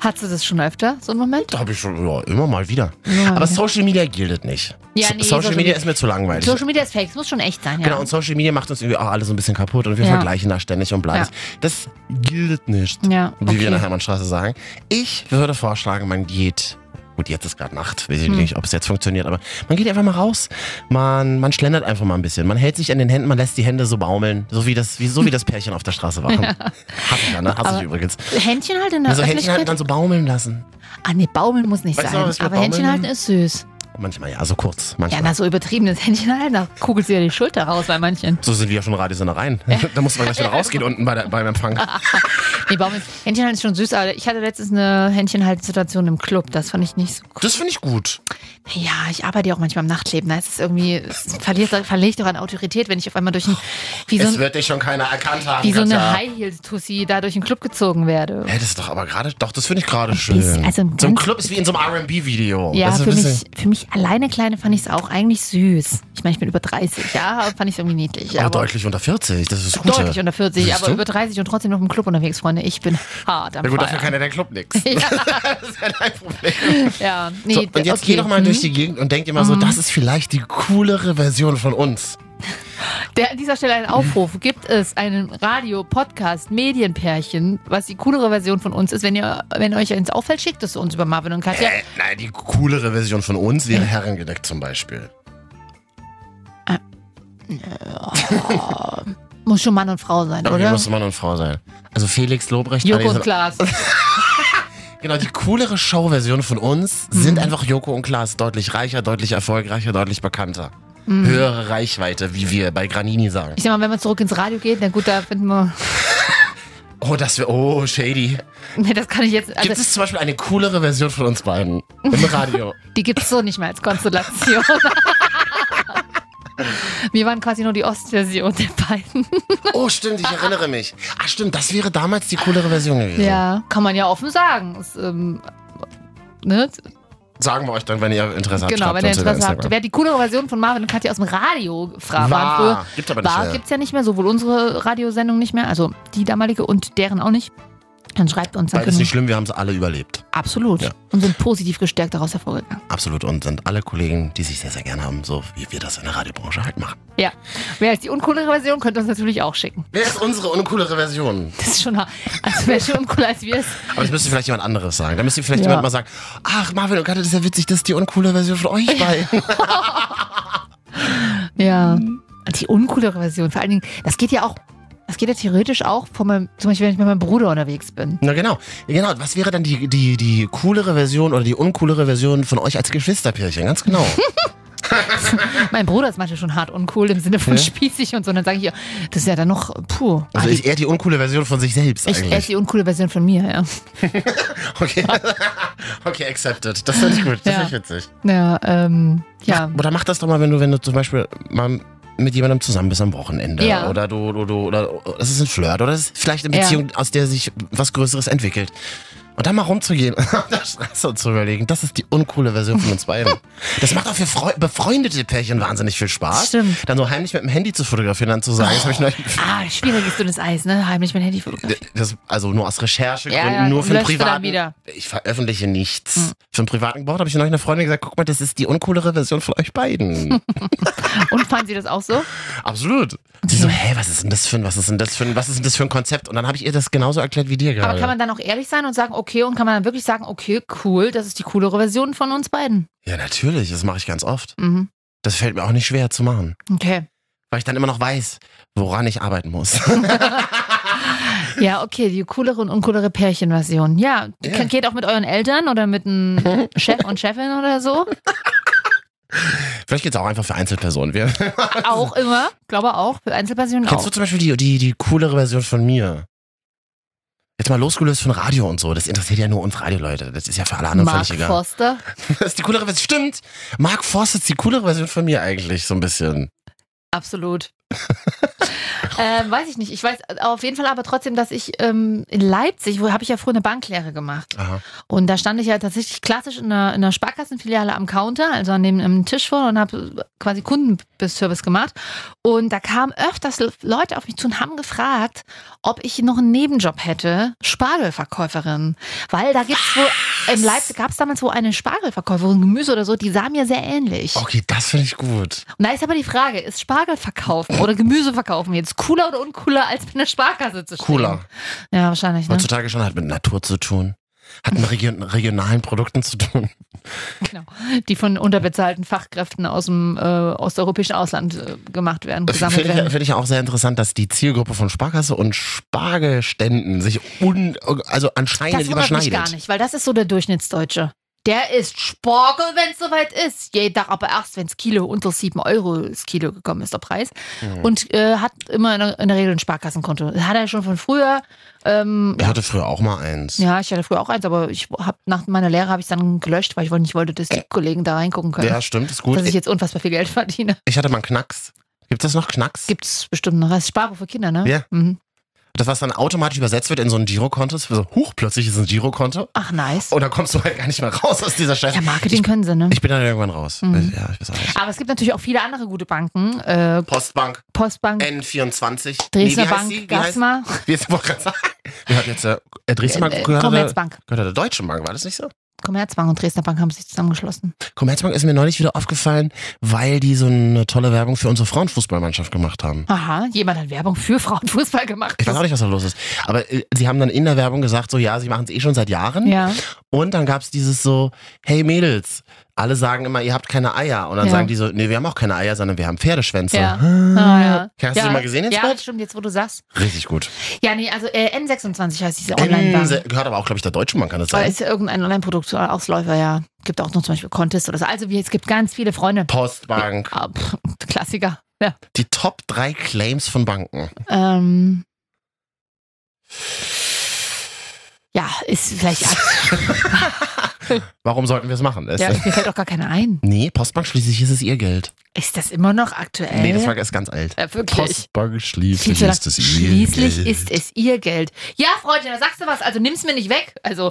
Speaker 2: Hattest du das schon öfter, so einen Moment?
Speaker 1: Da habe ich schon ja, immer mal wieder.
Speaker 2: Ja,
Speaker 1: Aber
Speaker 2: ja.
Speaker 1: Social Media gilt nicht.
Speaker 2: Ja,
Speaker 1: So-
Speaker 2: nee,
Speaker 1: Social,
Speaker 2: Social
Speaker 1: Media
Speaker 2: Media-
Speaker 1: ist mir zu langweilig.
Speaker 2: Social Media ist fake, es muss schon echt sein, ja.
Speaker 1: Genau, und Social Media macht uns irgendwie auch alles so ein bisschen kaputt und wir
Speaker 2: Ja.
Speaker 1: vergleichen da ständig und bleiben.
Speaker 2: Ja.
Speaker 1: Das gilt nicht,
Speaker 2: Ja,
Speaker 1: wie wir in der
Speaker 2: okay.
Speaker 1: Hermannstraße sagen. Ich würde vorschlagen, man geht. Gut, jetzt ist gerade Nacht. Weiß ich
Speaker 2: Hm.
Speaker 1: nicht, ob es jetzt funktioniert, aber man geht einfach mal raus. Man, man schlendert einfach mal ein bisschen. Man hält sich an den Händen, man lässt die Hände so baumeln, so wie das, wie, so wie das Pärchen auf der Straße waren. Hasse ich ja, ne? Hasse
Speaker 2: Aber-
Speaker 1: ich übrigens.
Speaker 2: Händchen halten in der
Speaker 1: Also Händchen
Speaker 2: Öffentlichkeit.
Speaker 1: halt dann so baumeln lassen.
Speaker 2: ah nee, baumeln muss nicht
Speaker 1: Weißt du
Speaker 2: sein.
Speaker 1: mal, was wir
Speaker 2: aber Händchen
Speaker 1: baumeln
Speaker 2: halten ist süß.
Speaker 1: Manchmal ja, so kurz.
Speaker 2: Ja,
Speaker 1: Manchmal.
Speaker 2: na so übertriebenes Händchen halten, da kugelt sie ja die Schulter raus bei manchen.
Speaker 1: so sind wir ja schon Radiosendereien. da muss man gleich wieder rausgehen unten bei der, beim Empfang.
Speaker 2: Nee, Baumeln. Händchen halten ist schon süß, aber ich hatte letztens eine Händchen halten Situation im Club, das fand ich nicht so cool.
Speaker 1: Das finde ich gut.
Speaker 2: Ja, ich arbeite ja auch manchmal im Nachtleben, da ist es irgendwie, es verliert, verliere ich doch an Autorität, wenn ich auf einmal durch ein, wie so
Speaker 1: es
Speaker 2: ein
Speaker 1: wird dich schon keiner erkannt haben.
Speaker 2: wie so eine
Speaker 1: Katja.
Speaker 2: High Heels Tussi da durch den Club gezogen werde.
Speaker 1: Hä, das ist doch aber gerade, doch, das finde ich gerade
Speaker 2: bisschen,
Speaker 1: schön.
Speaker 2: also ein
Speaker 1: so ein
Speaker 2: ganz-
Speaker 1: Club ist wie in so einem RB-Video.
Speaker 2: Ja,
Speaker 1: Oh, das ist ein
Speaker 2: für mich,
Speaker 1: bisschen-
Speaker 2: für mich alleine Kleine fand ich es auch eigentlich süß. Ich meine, ich bin über 30, ja, aber fand ich es irgendwie niedlich.
Speaker 1: Aber
Speaker 2: aber
Speaker 1: deutlich unter 40, das ist gut.
Speaker 2: deutlich unter 40,
Speaker 1: Siehst
Speaker 2: aber
Speaker 1: du?
Speaker 2: über 30 und trotzdem noch im Club unterwegs, Freunde. Ich bin hart am
Speaker 1: Na gut,
Speaker 2: Feiern.
Speaker 1: dafür kann ja der Club nix. das ist ja dein Problem.
Speaker 2: ja, nee,
Speaker 1: so, und jetzt
Speaker 2: okay. Mhm.
Speaker 1: geh doch mal
Speaker 2: hm.
Speaker 1: durch die Gegend und denk immer so, das ist vielleicht die coolere Version von uns.
Speaker 2: Der, an dieser Stelle ein Aufruf. Gibt es einen Radio, Podcast, Medienpärchen, was die coolere Version von uns ist? Wenn ihr, wenn euch eins auffällt, schickt es uns über Marvin und Katja.
Speaker 1: Äh, nein, die coolere Version von uns wäre herrengedeckt zum Beispiel.
Speaker 2: Muss schon Mann und Frau sein,
Speaker 1: Aber hier
Speaker 2: oder?
Speaker 1: muss Mann und Frau sein. Also Felix Lobrecht,
Speaker 2: Joko
Speaker 1: Anneliese-
Speaker 2: und Klaas.
Speaker 1: Genau, die coolere Show-Version von uns sind
Speaker 2: Mhm.
Speaker 1: einfach Joko und Klaas. Deutlich reicher, deutlich erfolgreicher, deutlich bekannter.
Speaker 2: Mhm.
Speaker 1: Höhere Reichweite, wie wir bei Granini sagen.
Speaker 2: Ich sag mal, wenn man zurück ins Radio geht, na gut, da finden wir.
Speaker 1: Oh, das wäre. Oh, shady.
Speaker 2: Nee, das kann ich jetzt.
Speaker 1: Gibt
Speaker 2: Also,
Speaker 1: es zum Beispiel eine coolere Version von uns beiden im Radio?
Speaker 2: die gibt es so nicht mehr als Konstellation. Wir waren quasi nur die Ostversion der beiden.
Speaker 1: oh, stimmt, ich erinnere mich. Ah, stimmt, das wäre damals die coolere Version gewesen.
Speaker 2: Ja, kann man ja offen sagen. Ist, ähm, ne?
Speaker 1: Sagen wir euch dann, wenn ihr Interesse habt.
Speaker 2: Genau,
Speaker 1: schreibt
Speaker 2: wenn ihr
Speaker 1: uns über
Speaker 2: Interesse habt.
Speaker 1: Instagram.
Speaker 2: Wer die coolere Version von Marvin und Katja aus dem Radio fra-
Speaker 1: War.
Speaker 2: waren
Speaker 1: Gibt aber
Speaker 2: früher,
Speaker 1: nicht
Speaker 2: war,
Speaker 1: mehr.
Speaker 2: gibt's ja nicht mehr, sowohl unsere Radiosendung nicht mehr, also die damalige und deren auch nicht. Dann schreibt uns, dann
Speaker 1: Beides
Speaker 2: können
Speaker 1: nicht schlimm, wir haben es alle überlebt.
Speaker 2: absolut
Speaker 1: Ja.
Speaker 2: und sind positiv gestärkt daraus hervorgegangen.
Speaker 1: Absolut. Und sind alle Kollegen, die sich sehr, sehr gerne haben, so wie wir das in der Radiobranche halt machen.
Speaker 2: Ja, wer ist die uncoolere Version, könnt ihr uns natürlich auch schicken.
Speaker 1: Wer ist unsere uncoolere Version?
Speaker 2: Das ist schon, also wäre schon uncooler als wir es.
Speaker 1: Aber das müsste vielleicht jemand anderes sagen. Da müsste vielleicht
Speaker 2: Ja.
Speaker 1: jemand mal sagen, ach Marvin und Katja, das ist ja witzig, das ist die uncoole Version von euch beiden.
Speaker 2: Ja. Mhm. Die uncoolere Version. Vor allen Dingen, das geht ja auch, das geht ja theoretisch auch von meinem, zum Beispiel, wenn ich mit meinem Bruder unterwegs bin.
Speaker 1: Na genau, genau. Was wäre dann die, die, die coolere Version oder die uncoolere Version von euch als Geschwisterpärchen? Ganz genau.
Speaker 2: mein Bruder ist manchmal schon hart uncool im Sinne von spießig und so. Und dann sage ich, ihr, das ist ja dann noch, puh.
Speaker 1: Also
Speaker 2: Ah,
Speaker 1: ist eher die uncoole Version von sich selbst
Speaker 2: die, echt, echt
Speaker 1: eigentlich.
Speaker 2: die uncoole Version von mir, ja.
Speaker 1: Okay. okay, accepted. Das finde ich gut. Das
Speaker 2: Ja.
Speaker 1: finde ich witzig.
Speaker 2: Ja, ähm, ja.
Speaker 1: Oder mach das doch mal, wenn du, wenn du zum Beispiel mal mit jemandem zusammen bist am Wochenende.
Speaker 2: Ja.
Speaker 1: Oder du, du, du, oder das ist ein Flirt. Oder das ist vielleicht eine
Speaker 2: Ja.
Speaker 1: Beziehung, aus der sich was Größeres entwickelt. Und dann mal rumzugehen und auf der Straße und zu überlegen, das ist die uncoole Version von uns beiden. Das macht auch für Freu befreundete Pärchen wahnsinnig viel Spaß.
Speaker 2: Stimmt.
Speaker 1: Dann so heimlich mit dem Handy zu fotografieren, dann zu sagen, das habe ich neulich
Speaker 2: Ah, schwieriges dünnes Eis, ne? Heimlich mein Handy fotografieren.
Speaker 1: das, also nur aus Recherchegründen,
Speaker 2: Ja, ja,
Speaker 1: nur für den
Speaker 2: löscht er dann
Speaker 1: privaten.
Speaker 2: wieder. Hm.
Speaker 1: Ich veröffentliche nichts. Für den privaten Gebrauch habe ich neulich einer Freundin gesagt, guck mal, das ist die uncoolere Version von euch beiden.
Speaker 2: Und fanden sie das auch so?
Speaker 1: Absolut. Sie so, hä, was ist denn das für ein, was ist denn das für ein, was ist denn das für ein Konzept? Und dann habe ich ihr das genauso erklärt wie dir gerade.
Speaker 2: Aber kann man dann auch ehrlich sein und sagen, okay, und kann man dann wirklich sagen, okay, cool, das ist die coolere Version von uns beiden?
Speaker 1: ja, natürlich, das mache ich ganz oft.
Speaker 2: Mhm.
Speaker 1: Das fällt mir auch nicht schwer zu machen,
Speaker 2: Okay.
Speaker 1: weil ich dann immer noch weiß, woran ich arbeiten muss.
Speaker 2: Ja, okay, die coolere und uncoolere Pärchenversion. Ja,
Speaker 1: Ja.
Speaker 2: kann- geht auch mit euren Eltern oder mit einem Chef und Chefin oder so.
Speaker 1: Vielleicht geht's auch einfach für Einzelpersonen. Wir,
Speaker 2: Genau. Auch immer, glaube auch, für Einzelpersonen
Speaker 1: Kennst
Speaker 2: auch.
Speaker 1: du zum Beispiel die, die, die coolere Version von mir? Jetzt mal losgelöst von Radio und so. Das interessiert ja nur uns Radioleute. Das ist ja für alle anderen
Speaker 2: Mark
Speaker 1: völlig egal.
Speaker 2: Forster.
Speaker 1: Das ist die coolere Version. Stimmt. Mark Forster ist die coolere Version von mir eigentlich, so ein bisschen.
Speaker 2: Absolut. ähm, weiß ich nicht. Ich weiß auf jeden Fall aber trotzdem, dass ich ähm, in Leipzig, wo habe ich ja früher eine Banklehre gemacht.
Speaker 1: Aha.
Speaker 2: Und da stand ich ja tatsächlich klassisch in einer, in einer Sparkassenfiliale am Counter, also an dem am Tisch vor und habe quasi Kundenservice gemacht. Und da kamen öfters Le- Leute auf mich zu und haben gefragt, ob ich noch einen Nebenjob hätte, Spargelverkäuferin. Weil da gibt's wo, in Leipzig gab es damals wo eine Spargelverkäuferin, Gemüse oder so, die sah mir sehr ähnlich.
Speaker 1: Okay, das finde ich gut.
Speaker 2: Und da ist aber die Frage, ist Spargel verkaufen oder Gemüse verkaufen jetzt cooler oder uncooler, als in der Sparkasse zu stehen?
Speaker 1: Cooler.
Speaker 2: Ja, wahrscheinlich, ne?
Speaker 1: Heutzutage schon hat mit Natur zu tun. Hat mit region regionalen Produkten zu tun.
Speaker 2: Genau. Die von unterbezahlten Fachkräften aus dem äh, osteuropäischen Ausland äh, gemacht werden, gesammelt
Speaker 1: Finde ich,
Speaker 2: werden.
Speaker 1: find ich auch sehr interessant, dass die Zielgruppe von Sparkasse und Spargelständen sich un also anscheinend
Speaker 2: Das wundert mich
Speaker 1: überschneidet.
Speaker 2: gar nicht, weil das ist so der Durchschnittsdeutsche. Der isst Spargel, wenn es soweit ist. Jeden Tag aber erst, wenn es Kilo unter 7 Euro das Kilo gekommen ist, der Preis.
Speaker 1: Mhm.
Speaker 2: Und äh, hat immer in der, in der Regel ein Sparkassenkonto. Hat er schon von früher. Ähm,
Speaker 1: Er hatte früher auch mal eins.
Speaker 2: Ja, ich hatte früher auch eins, aber ich hab, nach meiner Lehre habe ich dann gelöscht, weil ich wollte- nicht wollte, dass die Kollegen da reingucken können.
Speaker 1: Äh. ja stimmt, ist gut.
Speaker 2: dass ich jetzt unfassbar viel Geld verdiene.
Speaker 1: Ich hatte mal einen Knacks. Gibt es noch Knacks?
Speaker 2: Gibt es bestimmt noch. Das ist Sparbuch für Kinder, ne?
Speaker 1: Ja.
Speaker 2: Mhm. Das
Speaker 1: Das, was dann automatisch übersetzt wird in so ein Girokonto. Ist So, huch, plötzlich ist ein Girokonto.
Speaker 2: Ach, nice.
Speaker 1: Und da kommst du halt gar nicht mehr raus aus dieser Scheiße.
Speaker 2: Ja, Marketing können sie, ne?
Speaker 1: Ich, ich bin dann irgendwann raus.
Speaker 2: Mhm.
Speaker 1: Ja, ich weiß auch nicht.
Speaker 2: Aber es gibt natürlich auch viele andere gute Banken. Äh,
Speaker 1: Postbank,
Speaker 2: Postbank,
Speaker 1: N24.
Speaker 2: Mhm. Dresdner
Speaker 1: Äh, wie heißt sie?
Speaker 2: Bank,
Speaker 1: Wie heißt-
Speaker 2: Gasma,
Speaker 1: Wie heißt- wollte gerade sagen. Wir hatten jetzt äh, Dresdner Bank
Speaker 2: äh,
Speaker 1: gehört, der,
Speaker 2: Commerzbank.
Speaker 1: gehört der Deutschen Bank, war das nicht so?
Speaker 2: Commerzbank und Dresdner Bank haben sich zusammengeschlossen.
Speaker 1: Commerzbank ist mir neulich wieder aufgefallen, weil die so eine tolle Werbung für unsere Frauenfußballmannschaft gemacht haben.
Speaker 2: Aha, jemand hat Werbung für Frauenfußball gemacht.
Speaker 1: Ich weiß auch nicht, was da los ist. Aber äh, sie haben dann in der Werbung gesagt, so ja, sie machen es eh schon seit Jahren.
Speaker 2: Ja,
Speaker 1: Und dann gab's dieses so, hey Mädels, alle sagen immer, ihr habt keine Eier. Und dann
Speaker 2: Ja.
Speaker 1: sagen die so, nee, wir haben auch keine Eier, sondern wir haben Pferdeschwänze.
Speaker 2: ja. Ah, ja.
Speaker 1: Hast du
Speaker 2: ja.
Speaker 1: die mal gesehen ins
Speaker 2: Ja,
Speaker 1: Bett?
Speaker 2: stimmt, jetzt wo du sagst.
Speaker 1: Richtig gut.
Speaker 2: Ja, nee, also äh, N26 heißt diese
Speaker 1: Ähm,
Speaker 2: Online-Bank.
Speaker 1: se- gehört aber auch, glaube ich, der Deutschen Bank, kann das
Speaker 2: Oder
Speaker 1: sein?
Speaker 2: ist ja irgendein Online-Produkt oder Ausläufer, ja. Gibt auch noch zum Beispiel Contest oder so. Also wie, es gibt ganz viele Freunde.
Speaker 1: Postbank.
Speaker 2: Ah, pff, Klassiker. Ja.
Speaker 1: Die Top drei Claims von Banken.
Speaker 2: Ähm, ja, ist vielleicht.
Speaker 1: Warum sollten wir es machen? Das-
Speaker 2: ja, mir fällt auch gar keiner ein.
Speaker 1: Nee, Postbank schließlich ist es ihr Geld.
Speaker 2: Ist das immer noch aktuell?
Speaker 1: Nee, das war ist ganz alt.
Speaker 2: Äh? ja, wirklich.
Speaker 1: Postbank
Speaker 2: Viel
Speaker 1: schließlich
Speaker 2: zu lang.
Speaker 1: ist es ihr
Speaker 2: Schließlich
Speaker 1: Geld.
Speaker 2: ist es ihr Geld. Ja, Freundin, da sagst du was. Also nimm's mir nicht weg. Also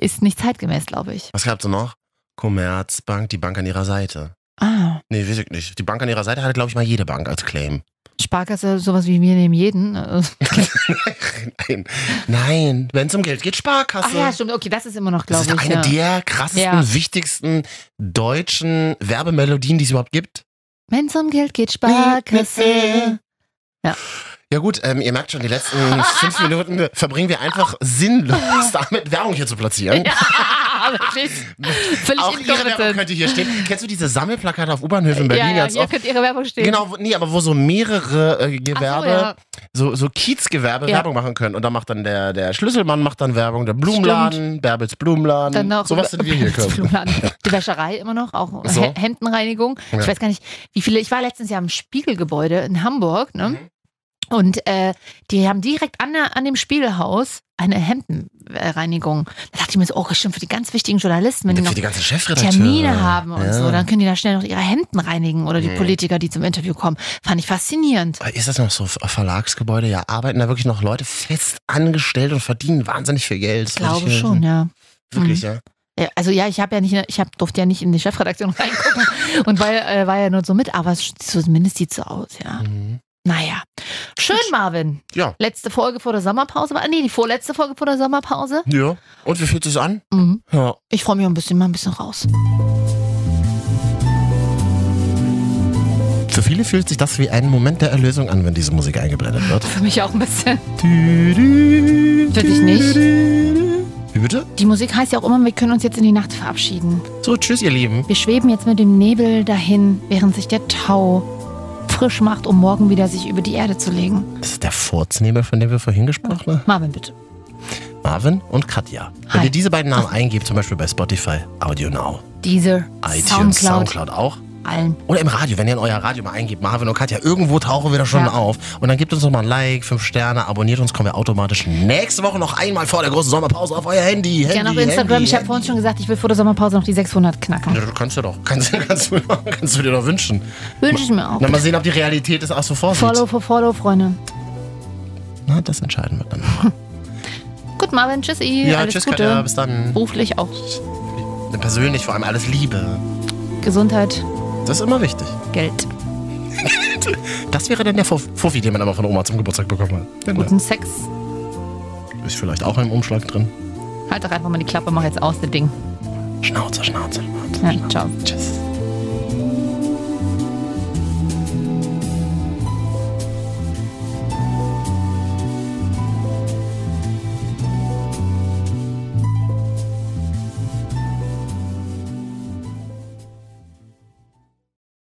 Speaker 2: ist nicht zeitgemäß, glaube ich.
Speaker 1: Was gab's denn noch? Commerzbank, die Bank an ihrer Seite.
Speaker 2: Ah,
Speaker 1: Nee, weiß ich nicht. Die Bank an ihrer Seite hatte, glaube ich, mal jede Bank als Claim.
Speaker 2: Sparkasse, sowas wie wir nehmen jeden. Äh,
Speaker 1: Nein, nein. wenn es um Geld geht, Sparkasse.
Speaker 2: Ach ja, stimmt. Okay, das ist immer noch,
Speaker 1: das
Speaker 2: glaube
Speaker 1: ist
Speaker 2: ich.
Speaker 1: eine
Speaker 2: ja.
Speaker 1: der krassesten,
Speaker 2: Ja.
Speaker 1: wichtigsten deutschen Werbemelodien, die es überhaupt gibt.
Speaker 2: Wenn's um Geld geht, Sparkasse.
Speaker 1: Ja gut, ähm, ihr merkt schon, die letzten fünf Minuten verbringen wir einfach sinnlos damit, Werbung hier zu platzieren.
Speaker 2: war wirklich Ah, völlig
Speaker 1: Auch ihre Werbung
Speaker 2: inkompetent.
Speaker 1: könnte hier stehen. Kennst du diese Sammelplakate auf U-Bahnhöfen in Berlin
Speaker 2: Ja, ja,
Speaker 1: ganz
Speaker 2: hier
Speaker 1: oft?
Speaker 2: könnt ihre Werbung stehen.
Speaker 1: Genau, wo- nee, aber wo so mehrere äh,
Speaker 2: Ach
Speaker 1: Gewerbe,
Speaker 2: So, ja.
Speaker 1: so, so Kiezgewerbe
Speaker 2: Ja.
Speaker 1: Werbung machen können. Und da macht dann der, der Schlüsselmann macht dann Werbung, der Blumenladen, Bärbels Blumenladen,
Speaker 2: Dann noch
Speaker 1: sowas sind wir hier können.
Speaker 2: Blumenladen. Die Wäscherei immer noch, auch
Speaker 1: So.
Speaker 2: Hä- Hemdenreinigung.
Speaker 1: Ja.
Speaker 2: Ich weiß gar nicht, wie viele. Ich war letztens ja im Spiegelgebäude in Hamburg, ne?
Speaker 1: Mhm.
Speaker 2: Und äh, die haben direkt an, der, an dem Spiegelhaus eine Hemdenreinigung. Da dachte ich mir so, oh, bestimmt für die ganz wichtigen Journalisten, wenn die
Speaker 1: Für
Speaker 2: noch
Speaker 1: die ganzen Chefredakteure.
Speaker 2: Termine haben und
Speaker 1: Ja.
Speaker 2: so, dann können die da schnell noch ihre Hemden reinigen oder die
Speaker 1: Mhm.
Speaker 2: Politiker, die zum Interview kommen. Fand ich faszinierend.
Speaker 1: Aber Ist das noch so Ver- Verlagsgebäude? Ja, arbeiten da wirklich noch Leute fest angestellt und verdienen wahnsinnig viel Geld. Das
Speaker 2: Ich
Speaker 1: wollte
Speaker 2: glaube
Speaker 1: hier
Speaker 2: schon,
Speaker 1: wissen.
Speaker 2: ja.
Speaker 1: Wirklich, ja.
Speaker 2: Ja, Also ja, ich habe ja nicht, ich hab, durfte ja nicht in die Chefredaktion reingucken und war, ja- äh, war ja nur so mit, aber es- zumindest sieht so aus, ja.
Speaker 1: Mhm.
Speaker 2: Naja. Schön, Marvin.
Speaker 1: Ja.
Speaker 2: Letzte Folge vor der Sommerpause war. Nee, die vorletzte Folge vor der Sommerpause.
Speaker 1: Ja. Und wie fühlt es an?
Speaker 2: Mhm.
Speaker 1: Ja.
Speaker 2: Ich freue mich ein bisschen mal ein bisschen raus.
Speaker 1: Für viele fühlt sich das wie ein Moment der Erlösung an, wenn diese Musik eingeblendet wird.
Speaker 2: Für mich auch ein bisschen.
Speaker 1: Für
Speaker 2: dich nicht?
Speaker 1: Wie bitte?
Speaker 2: Die Musik heißt ja auch immer, wir können uns jetzt in die Nacht verabschieden.
Speaker 1: So, tschüss, ihr Lieben.
Speaker 2: Wir schweben jetzt mit dem Nebel dahin, während sich der Tau frisch macht, um morgen wieder sich über die Erde zu legen.
Speaker 1: Das ist der Furznebel, von dem wir vorhin gesprochen haben.
Speaker 2: Marvin, bitte.
Speaker 1: Marvin und Katja. Wenn
Speaker 2: Hi.
Speaker 1: ihr diese beiden Namen eingebt, zum Beispiel bei Spotify, Audio Now,
Speaker 2: Diese
Speaker 1: iTunes,
Speaker 2: Soundcloud,
Speaker 1: Soundcloud auch,
Speaker 2: allen.
Speaker 1: Oder im Radio, wenn ihr in euer Radio mal eingebt, Marvin und Katja, irgendwo tauchen wir da schon
Speaker 2: Ja.
Speaker 1: auf. Und dann gebt uns noch mal ein Like, fünf Sterne, abonniert uns, kommen wir automatisch nächste Woche noch einmal vor der großen Sommerpause auf euer Handy. Handy
Speaker 2: Gerne auf Instagram.
Speaker 1: Handy,
Speaker 2: ich habe
Speaker 1: Handy.
Speaker 2: vorhin schon gesagt, ich will vor der Sommerpause noch die 600 knacken.
Speaker 1: Ja, du kannst ja doch. Kannst, kannst, du, kannst du dir doch wünschen.
Speaker 2: Wünsche ich mir auch.
Speaker 1: Na, mal sehen, ob die Realität es auch so vorsieht.
Speaker 2: Follow for Follow, Freunde.
Speaker 1: Na, das entscheiden wir dann nochmal.
Speaker 2: Gut, Marvin, tschüssi.
Speaker 1: Ja,
Speaker 2: Alles
Speaker 1: tschüss,
Speaker 2: Gute.
Speaker 1: Katja. Bis dann.
Speaker 2: Beruflich auch.
Speaker 1: Persönlich vor allem alles Liebe.
Speaker 2: Gesundheit,
Speaker 1: Das ist immer wichtig.
Speaker 2: Geld,
Speaker 1: Das wäre dann der Fuff- Fuffi, den man aber von Oma zum Geburtstag bekommen hat. Genau.
Speaker 2: guten Sex.
Speaker 1: Ist vielleicht auch im Umschlag drin.
Speaker 2: Halt doch einfach mal die Klappe, mach jetzt aus, das Ding.
Speaker 1: Schnauze, Schnauze, Schnauze.
Speaker 2: Ja, ciao.
Speaker 1: Tschüss.